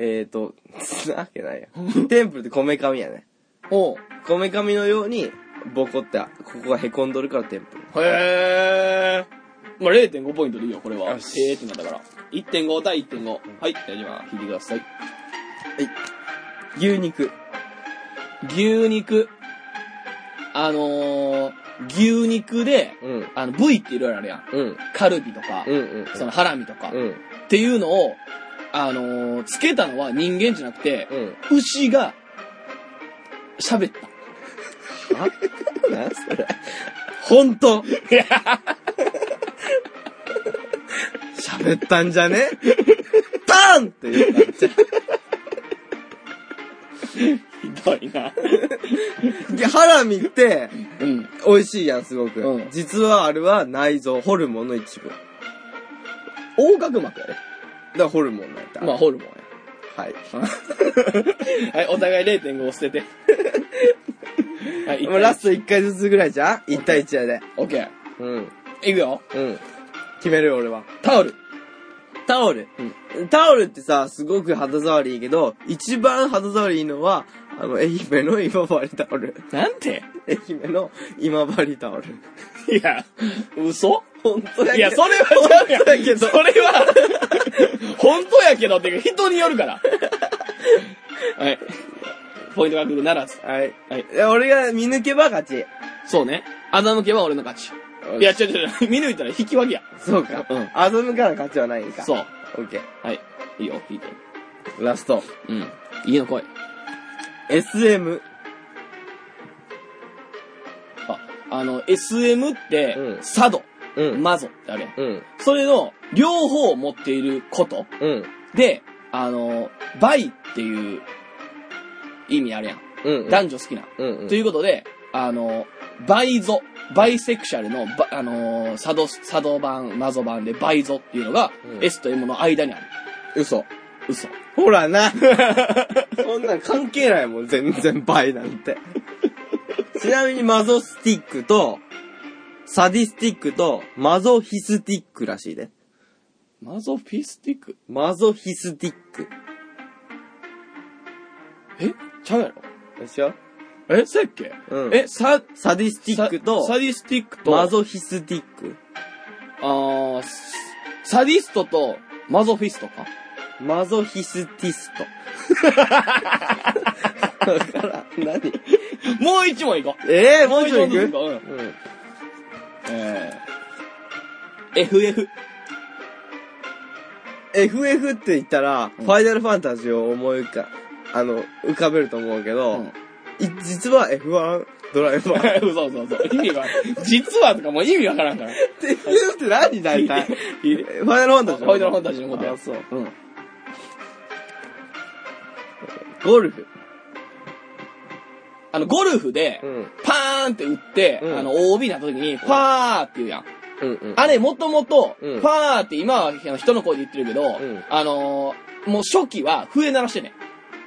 S2: えーと、つなわけないや。テンプルってこめかみやね。
S1: おう
S2: こめかみのように、ボコって、ここがへこんどるからテンプル。
S1: へー。まあ、0.5ポイントでいいよ、これは。え
S2: よし
S1: ーってなったから。1.5対1.5。はい、大丈夫。引いてください。
S2: 牛肉。
S1: 牛肉。あのー、牛肉で、
S2: うん。
S1: あの、部位っていろいろあるやん。
S2: うん。
S1: カルビとか、
S2: うんうん。
S1: そのハラミとか、
S2: う
S1: っ
S2: ん。
S1: ていうのを、あのー、つけたのは人間じゃなくて
S2: う、ん。
S1: 牛が、喋った。
S2: あなんそれ。ほんと。喋ったんじゃねパンって言うからじゃ
S1: ひどいな。
S2: あでハラミって、
S1: うん。
S2: 美味しいやん、すごく。
S1: うん
S2: 実はあれは内臓、ホルモンの一部。だか
S1: 横隔膜やね。
S2: らホルモンなんだ。
S1: まあ、ホルモンや。
S2: はい。 (laughs)
S1: はい、お互い0.5を捨て (laughs) て。はい、
S2: もうラスト1回ずつぐらいじゃん ?1 対1やで。
S1: オッケー。
S2: うん。
S1: いくよ。
S2: うん。決めるよ、俺は。
S1: タオル。
S2: タオル。タオルってさ、すごく肌触りいいけど、一番肌触りいいのは、あの、愛媛の今治タオル。 (laughs)
S1: なんて
S2: 愛媛の今治タオル。
S1: いや、嘘
S2: 本当だけど
S1: いや、それはちゃうや
S2: 本当だけ
S1: ん。
S2: ど
S1: それは、本当やけどっていうか人によるから。はい。ポイント獲得ならず。
S2: はい。
S1: はい
S2: で俺が見抜けば勝ち。
S1: そうね。欺けば俺の勝ち。いや、、違う違う違う。見抜いたら引き分けや。
S2: そうか。
S1: うん
S2: 遊ぶから勝ちはないんか。。
S1: そうう。
S2: オッケ
S1: はい。いいよ、いいよ。
S2: ー。ラスト。
S1: うん。家の声。
S2: SM。
S1: あ、あの、SM って、
S2: うん
S1: サド、
S2: うん。
S1: マゾってあるやん。
S2: うん。
S1: それの、両方を持っていること。
S2: うん。
S1: で、あの、バイっていう、意味あるやん。
S2: うん。
S1: 男女好きな。
S2: うん。うん。
S1: ということで、あの、バイゾ、バイセクシャルの、ばあのー、サド、サド版、マゾ版でバイゾっていうのが、
S2: うん
S1: S と M の間にある。
S2: 嘘。
S1: 嘘。
S2: ほらな。そんなん関係ないもん、全然倍なんて。ちなみにマゾスティックと、サディスティックと、マゾヒスティックらしいで。
S1: マゾフィスティック
S2: マゾヒスティック。
S1: えちゃうや
S2: でしょ
S1: ろえせっけ、
S2: うん
S1: え、サ、
S2: サディスティックと
S1: サ、サディスティックと、
S2: マゾヒスティック。
S1: あースサディストと、マゾフィスト
S2: (laughs)
S1: か。
S2: マゾヒスティス (laughs) ト。だからん、何
S1: もう一問いこう。
S2: ええもうちょ
S1: も
S2: い
S1: う
S2: 行
S1: 一問ず
S2: く
S1: つ行こう
S2: うん。
S1: えー、FF。
S2: FF って言ったら、
S1: うん
S2: ファイナルファンタジーを思い浮か、あの、浮かべると思うけど、
S1: うん
S2: い実は F1 ドライバー。
S1: (laughs) 嘘嘘嘘。意味が、実はとかもう意味わからんから。
S2: FF って何大
S1: (laughs)
S2: 体フ
S1: いい
S2: ァイナルファンタジー
S1: ファイナルファンタジーのことや
S2: あそう。
S1: うん。
S2: ゴルフ。
S1: あの、ゴルフで、
S2: ん。
S1: パーンって打って、
S2: うん
S1: あの、OB になった時に、パーって言うやん。
S2: うんうん。
S1: あれ、もともと
S2: うん、
S1: パーって今はあの人の声で言ってるけど、
S2: ん
S1: あのーもう初期は笛鳴らしてね。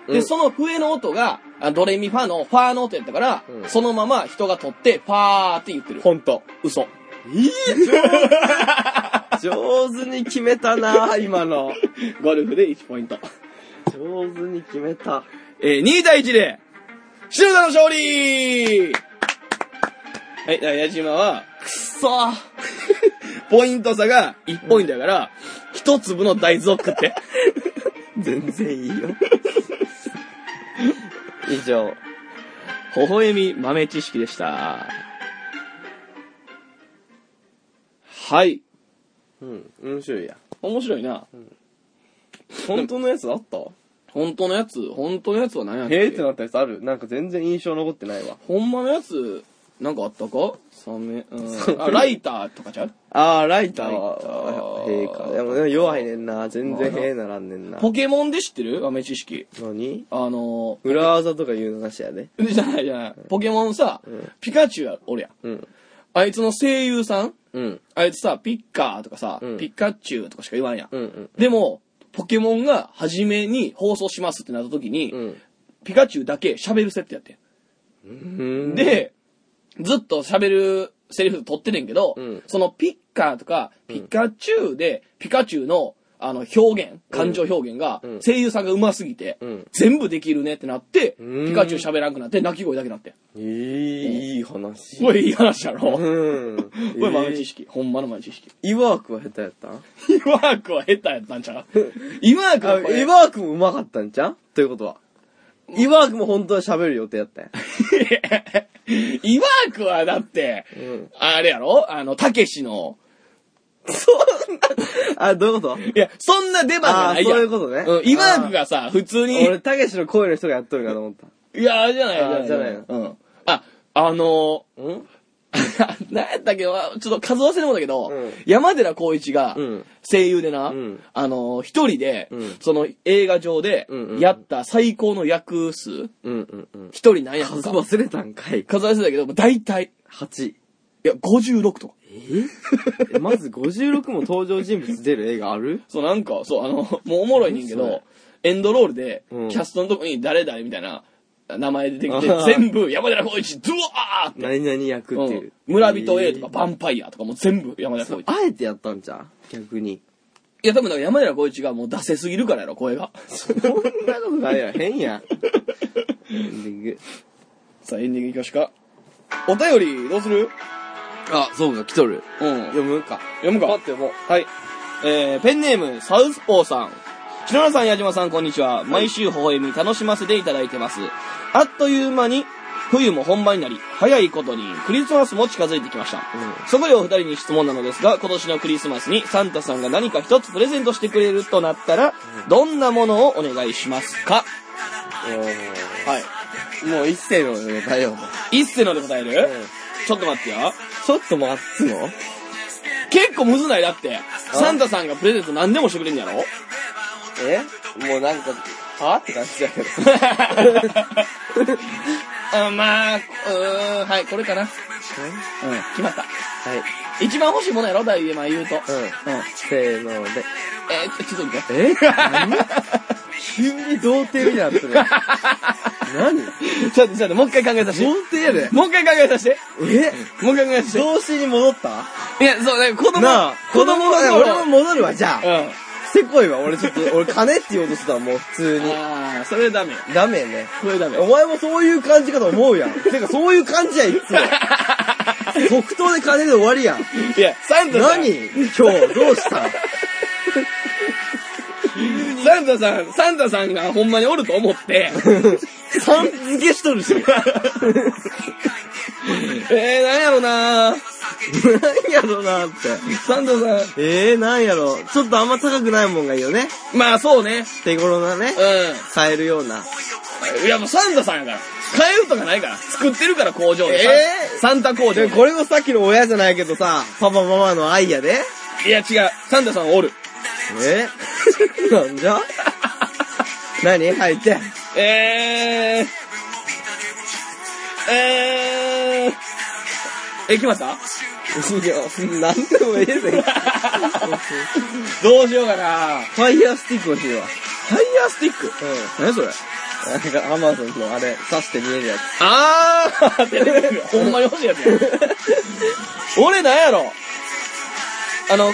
S1: で、
S2: うん
S1: その笛の音が、あのドレミファのファーの音やったから、
S2: うん
S1: そのまま人が取って、パーって言ってる。
S2: ほんと。
S1: 嘘。
S2: いい上手上手に決めたな今の。
S1: ゴルフで1ポイント。
S2: 上手に決めた。
S1: えー、2対1で、シルダの勝利はい、だから矢島は、くっそー (laughs) ポイント差が1ポイントやから、1粒の大豆を食って。
S2: 全然いいよ。以上。
S1: 微笑み豆知識でした。はい。
S2: うん。面白いや。
S1: 面白いな。
S2: 本当のやつあった
S1: 本当のやつ、本当のやつは何やっけ
S2: (laughs) えーってなったやつあるなんか全然印象残ってないわ。
S1: ほんまのやつ、なんかあったかサメ、うん。あ、ライターとかちゃう
S2: あー、ライター
S1: ライター
S2: は、兵か。でもでも弱いねんな。全然兵ならんねんな。
S1: ポケモンで知ってる豆知識。
S2: 何
S1: あの (laughs)
S2: 裏技とか言うのなしやで。
S1: ー、じゃないじゃない。ポケモンさ、ピカチュウおるやん。
S2: うん。
S1: あいつの声優さん
S2: うん。
S1: あいつさ、ピッカーとかさ、
S2: うん
S1: ピカチュウとかしか言わんやん。
S2: うんうん。
S1: でも、ポケモンが初めに放送しますってなった時に、
S2: うん。
S1: ピカチュウだけ喋る設定やってん。
S2: うん、
S1: で、ずっと喋るセリフ取ってねんけど、
S2: うん
S1: そのピッカーとか、ピカチュウで、ピカチュウの、あの、表現、感情表現が
S2: う、ん
S1: 声優さんが上手すぎて、
S2: うん
S1: 全部できるねってなって、
S2: うん
S1: ピカチュウ喋らんくなって、泣き声だけなってん。
S2: いい、いい話。
S1: すごいいい話やろ、
S2: (laughs) うん。
S1: これ豆知識。ほんまの豆知識。
S2: イワークは下手やった
S1: イワークは下手やったんちゃうイワーク
S2: あ
S1: はこれ
S2: イワークもうまかったんちゃうということは。イワークも本当は喋る予定やったんや。
S1: イワークはだって、
S2: うん。
S1: あれやろあの、たけしの、
S2: そんな、 (laughs) あ、どういうこと
S1: いや、そんな出番がないやん。
S2: あーそういうことね
S1: ん、イワークがさ、普通に、
S2: 俺、たけしの声の人がやっとるかと思った。
S1: いや、じゃない、じゃ
S2: あ
S1: ない。
S2: ーじゃないの
S1: うん。あ、あの
S2: うん
S1: ー、 (laughs) 何やったっけわちょっと数忘れもんだけど、
S2: うん
S1: 山寺宏一が
S2: うん
S1: 声優でな、
S2: うん
S1: あのー一人で、
S2: うん
S1: その映画上で
S2: うんうん
S1: やった最高の役数、
S2: うんうんうん。
S1: 一人何やった
S2: 数
S1: か
S2: 忘れたんかい。
S1: 数忘れたけど、大体、
S2: 8。
S1: いや、56とか。
S2: えまず56も登場人物出る映画ある
S1: そう、なんか、そう、あの、 (laughs) もうおもろいねんけ
S2: 何
S1: ど、エンドロールで、キ
S2: うん
S1: ャストのとこに誰々みたいな名前出てきて
S2: あ、ー
S1: 全部山寺宏一、ドゥワーって。。
S2: (laughs) 何々役っていううん
S1: 村人 A とか、
S2: ン
S1: ヴァンパイアとかも全部山寺宏一。
S2: あえてやったんじゃん逆に。
S1: いや、多分なんか山寺宏一がもう出せすぎるからやろ、声が。
S2: そんなことない (laughs) やん変やん。エンディング。
S1: さあ、エンディングいきましょうか。お便り、どうする
S2: あ、そうか、来とる。
S1: うん。
S2: 読むか。
S1: 読むか。
S2: てもう。
S1: はい。えー、ペンネーム、サウスポーさん。篠原さん、矢島さん、こんにちは。毎週微笑み楽しませていただいてます。あっという間に、冬も本番になり、早いことにクリスマスも近づいてきました。
S2: う
S1: そこでお二人に質問なのですが、今年のクリスマスにサンタさんが何か一つプレゼントしてくれるとなったら、どんなものをお願いしますかはい。
S2: ん。もう一世の答えよ。
S1: 一世ので答える、ちょっと待ってよ。
S2: ちょっと待つの
S1: 結構むずないだって。サンタさんがプレゼント何でもしてくれるんやろ
S2: えもうなんか、はって感じだけど。
S1: (laughs) あまあ、うーん、はい、これかな。うん、決まった。
S2: はい。
S1: 一番欲しいものやろ、大まあ言うと。
S2: うん
S1: うん。え
S2: せーので。
S1: ー、ちょっと見て。
S2: え
S1: (laughs)
S2: 急に童貞みたいになってる。何
S1: ちょっと、ちょっと、もう一回考えさせて。
S2: 童貞やで。
S1: もう一回考えさせて。
S2: え
S1: もう一回考えさせて。
S2: 童心に戻った
S1: いや、そう、ね、子供、
S2: なあ、
S1: 子供の頃。
S2: 俺も戻るわ、じゃあ。
S1: うん。
S2: してこいわ、俺ちょっと、俺金って言おうとしたわ、もう普通に。
S1: ああ、それダメ。
S2: (laughs) ダメね。
S1: それダメ。
S2: お前もそういう感じかと思うやん。てか、そういう感じや、いつも。即答で金で終わりやん。
S1: いや、サンタさん。
S2: 何今日、どうした
S1: サンタさん、サンタさんがほんまにおると思って、
S2: さん付けしとるし。
S1: (laughs) えー、なんやろな
S2: 何やろなって。
S1: サンタさ
S2: えー、何やろ。ちょっとあんま高くないもんがいいよね。
S1: ん、まあそうね。
S2: 手頃なね。
S1: う
S2: 買えるような。
S1: ん。いや、もうサンタさんやから。買えるとかないから。作ってるから工場で。
S2: えー
S1: サンタ工場
S2: で
S1: で。
S2: もこれもさっきの親じゃないけどさ、パパママの愛やで。
S1: いや、違う。サンタさん
S2: (laughs)
S1: おる。
S2: えなんじゃ何入って。
S1: えー。えー。え、決まった
S2: (laughs) いや、なんでもええぜ。
S1: どうしようかな
S2: ファイヤースティック欲しいわ。
S1: タイヤースティック
S2: う
S1: 何それ
S2: ん。なんかアマゾンのあれ、刺して見えるやつ。
S1: あーテレビ局 (laughs) ほんまに欲しいやつや。
S2: (laughs)
S1: 俺なんやろあの、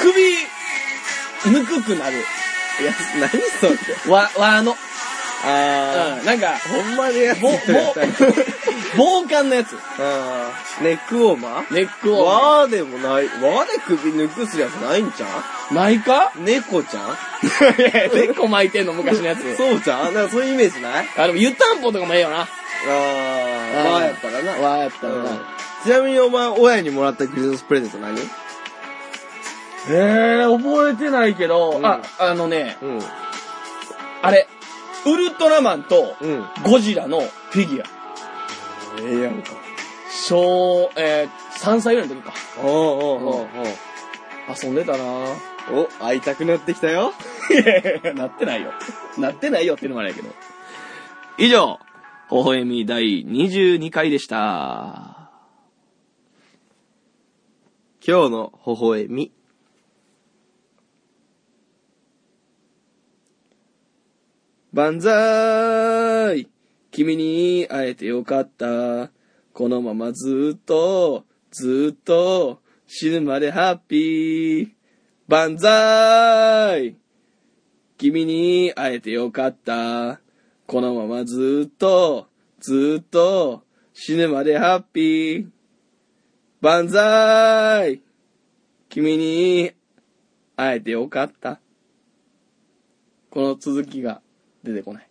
S1: 首、ぬくくなる。
S2: いや、何それ。
S1: わ、わの。
S2: あ
S1: うん、なんか、
S2: ー。ほんまにやつ
S1: ぼ、ぼ
S2: てるやつや、
S1: 防寒のやつ。
S2: (laughs) あーネックウォーマー
S1: ネックを。
S2: わーでもない、わーで首抜くするやつないんちゃ
S1: ないか
S2: う猫ちゃん
S1: (laughs) いや結構巻いてんの、昔のやつ。
S2: そうちゃんなんかそういうイメージない
S1: あ、でも湯たんぽとかもええよな。
S2: あー、わーやったらな。
S1: わーやったら
S2: うん
S1: な。
S2: ちなみにお前、親にもらったクリスマスプレゼント何
S1: えー、覚えてないけど、
S2: うん
S1: あ、あのね、
S2: うん。
S1: あれ、ウルトラマンと
S2: うん。
S1: ゴジラのフィギュア。
S2: ええやんか。
S1: 小、えー、3歳ぐらいの時か。
S2: おうおうおうおう
S1: 遊んでたなぁ。
S2: お、会いたくなってきたよ。
S1: いやいやいやなってないよ。なってないよっていうのもあれやけど。以上、微笑み第22回でした。
S2: 今日の微笑み。
S1: 万歳君に会えてよかった。このままずっと
S2: ずっと死ぬまでハッピー。万歳君に会えてよかった。このままずっと、ずっと死ぬまでハッピー。万歳君に会えてよかった。この続きが出てこない。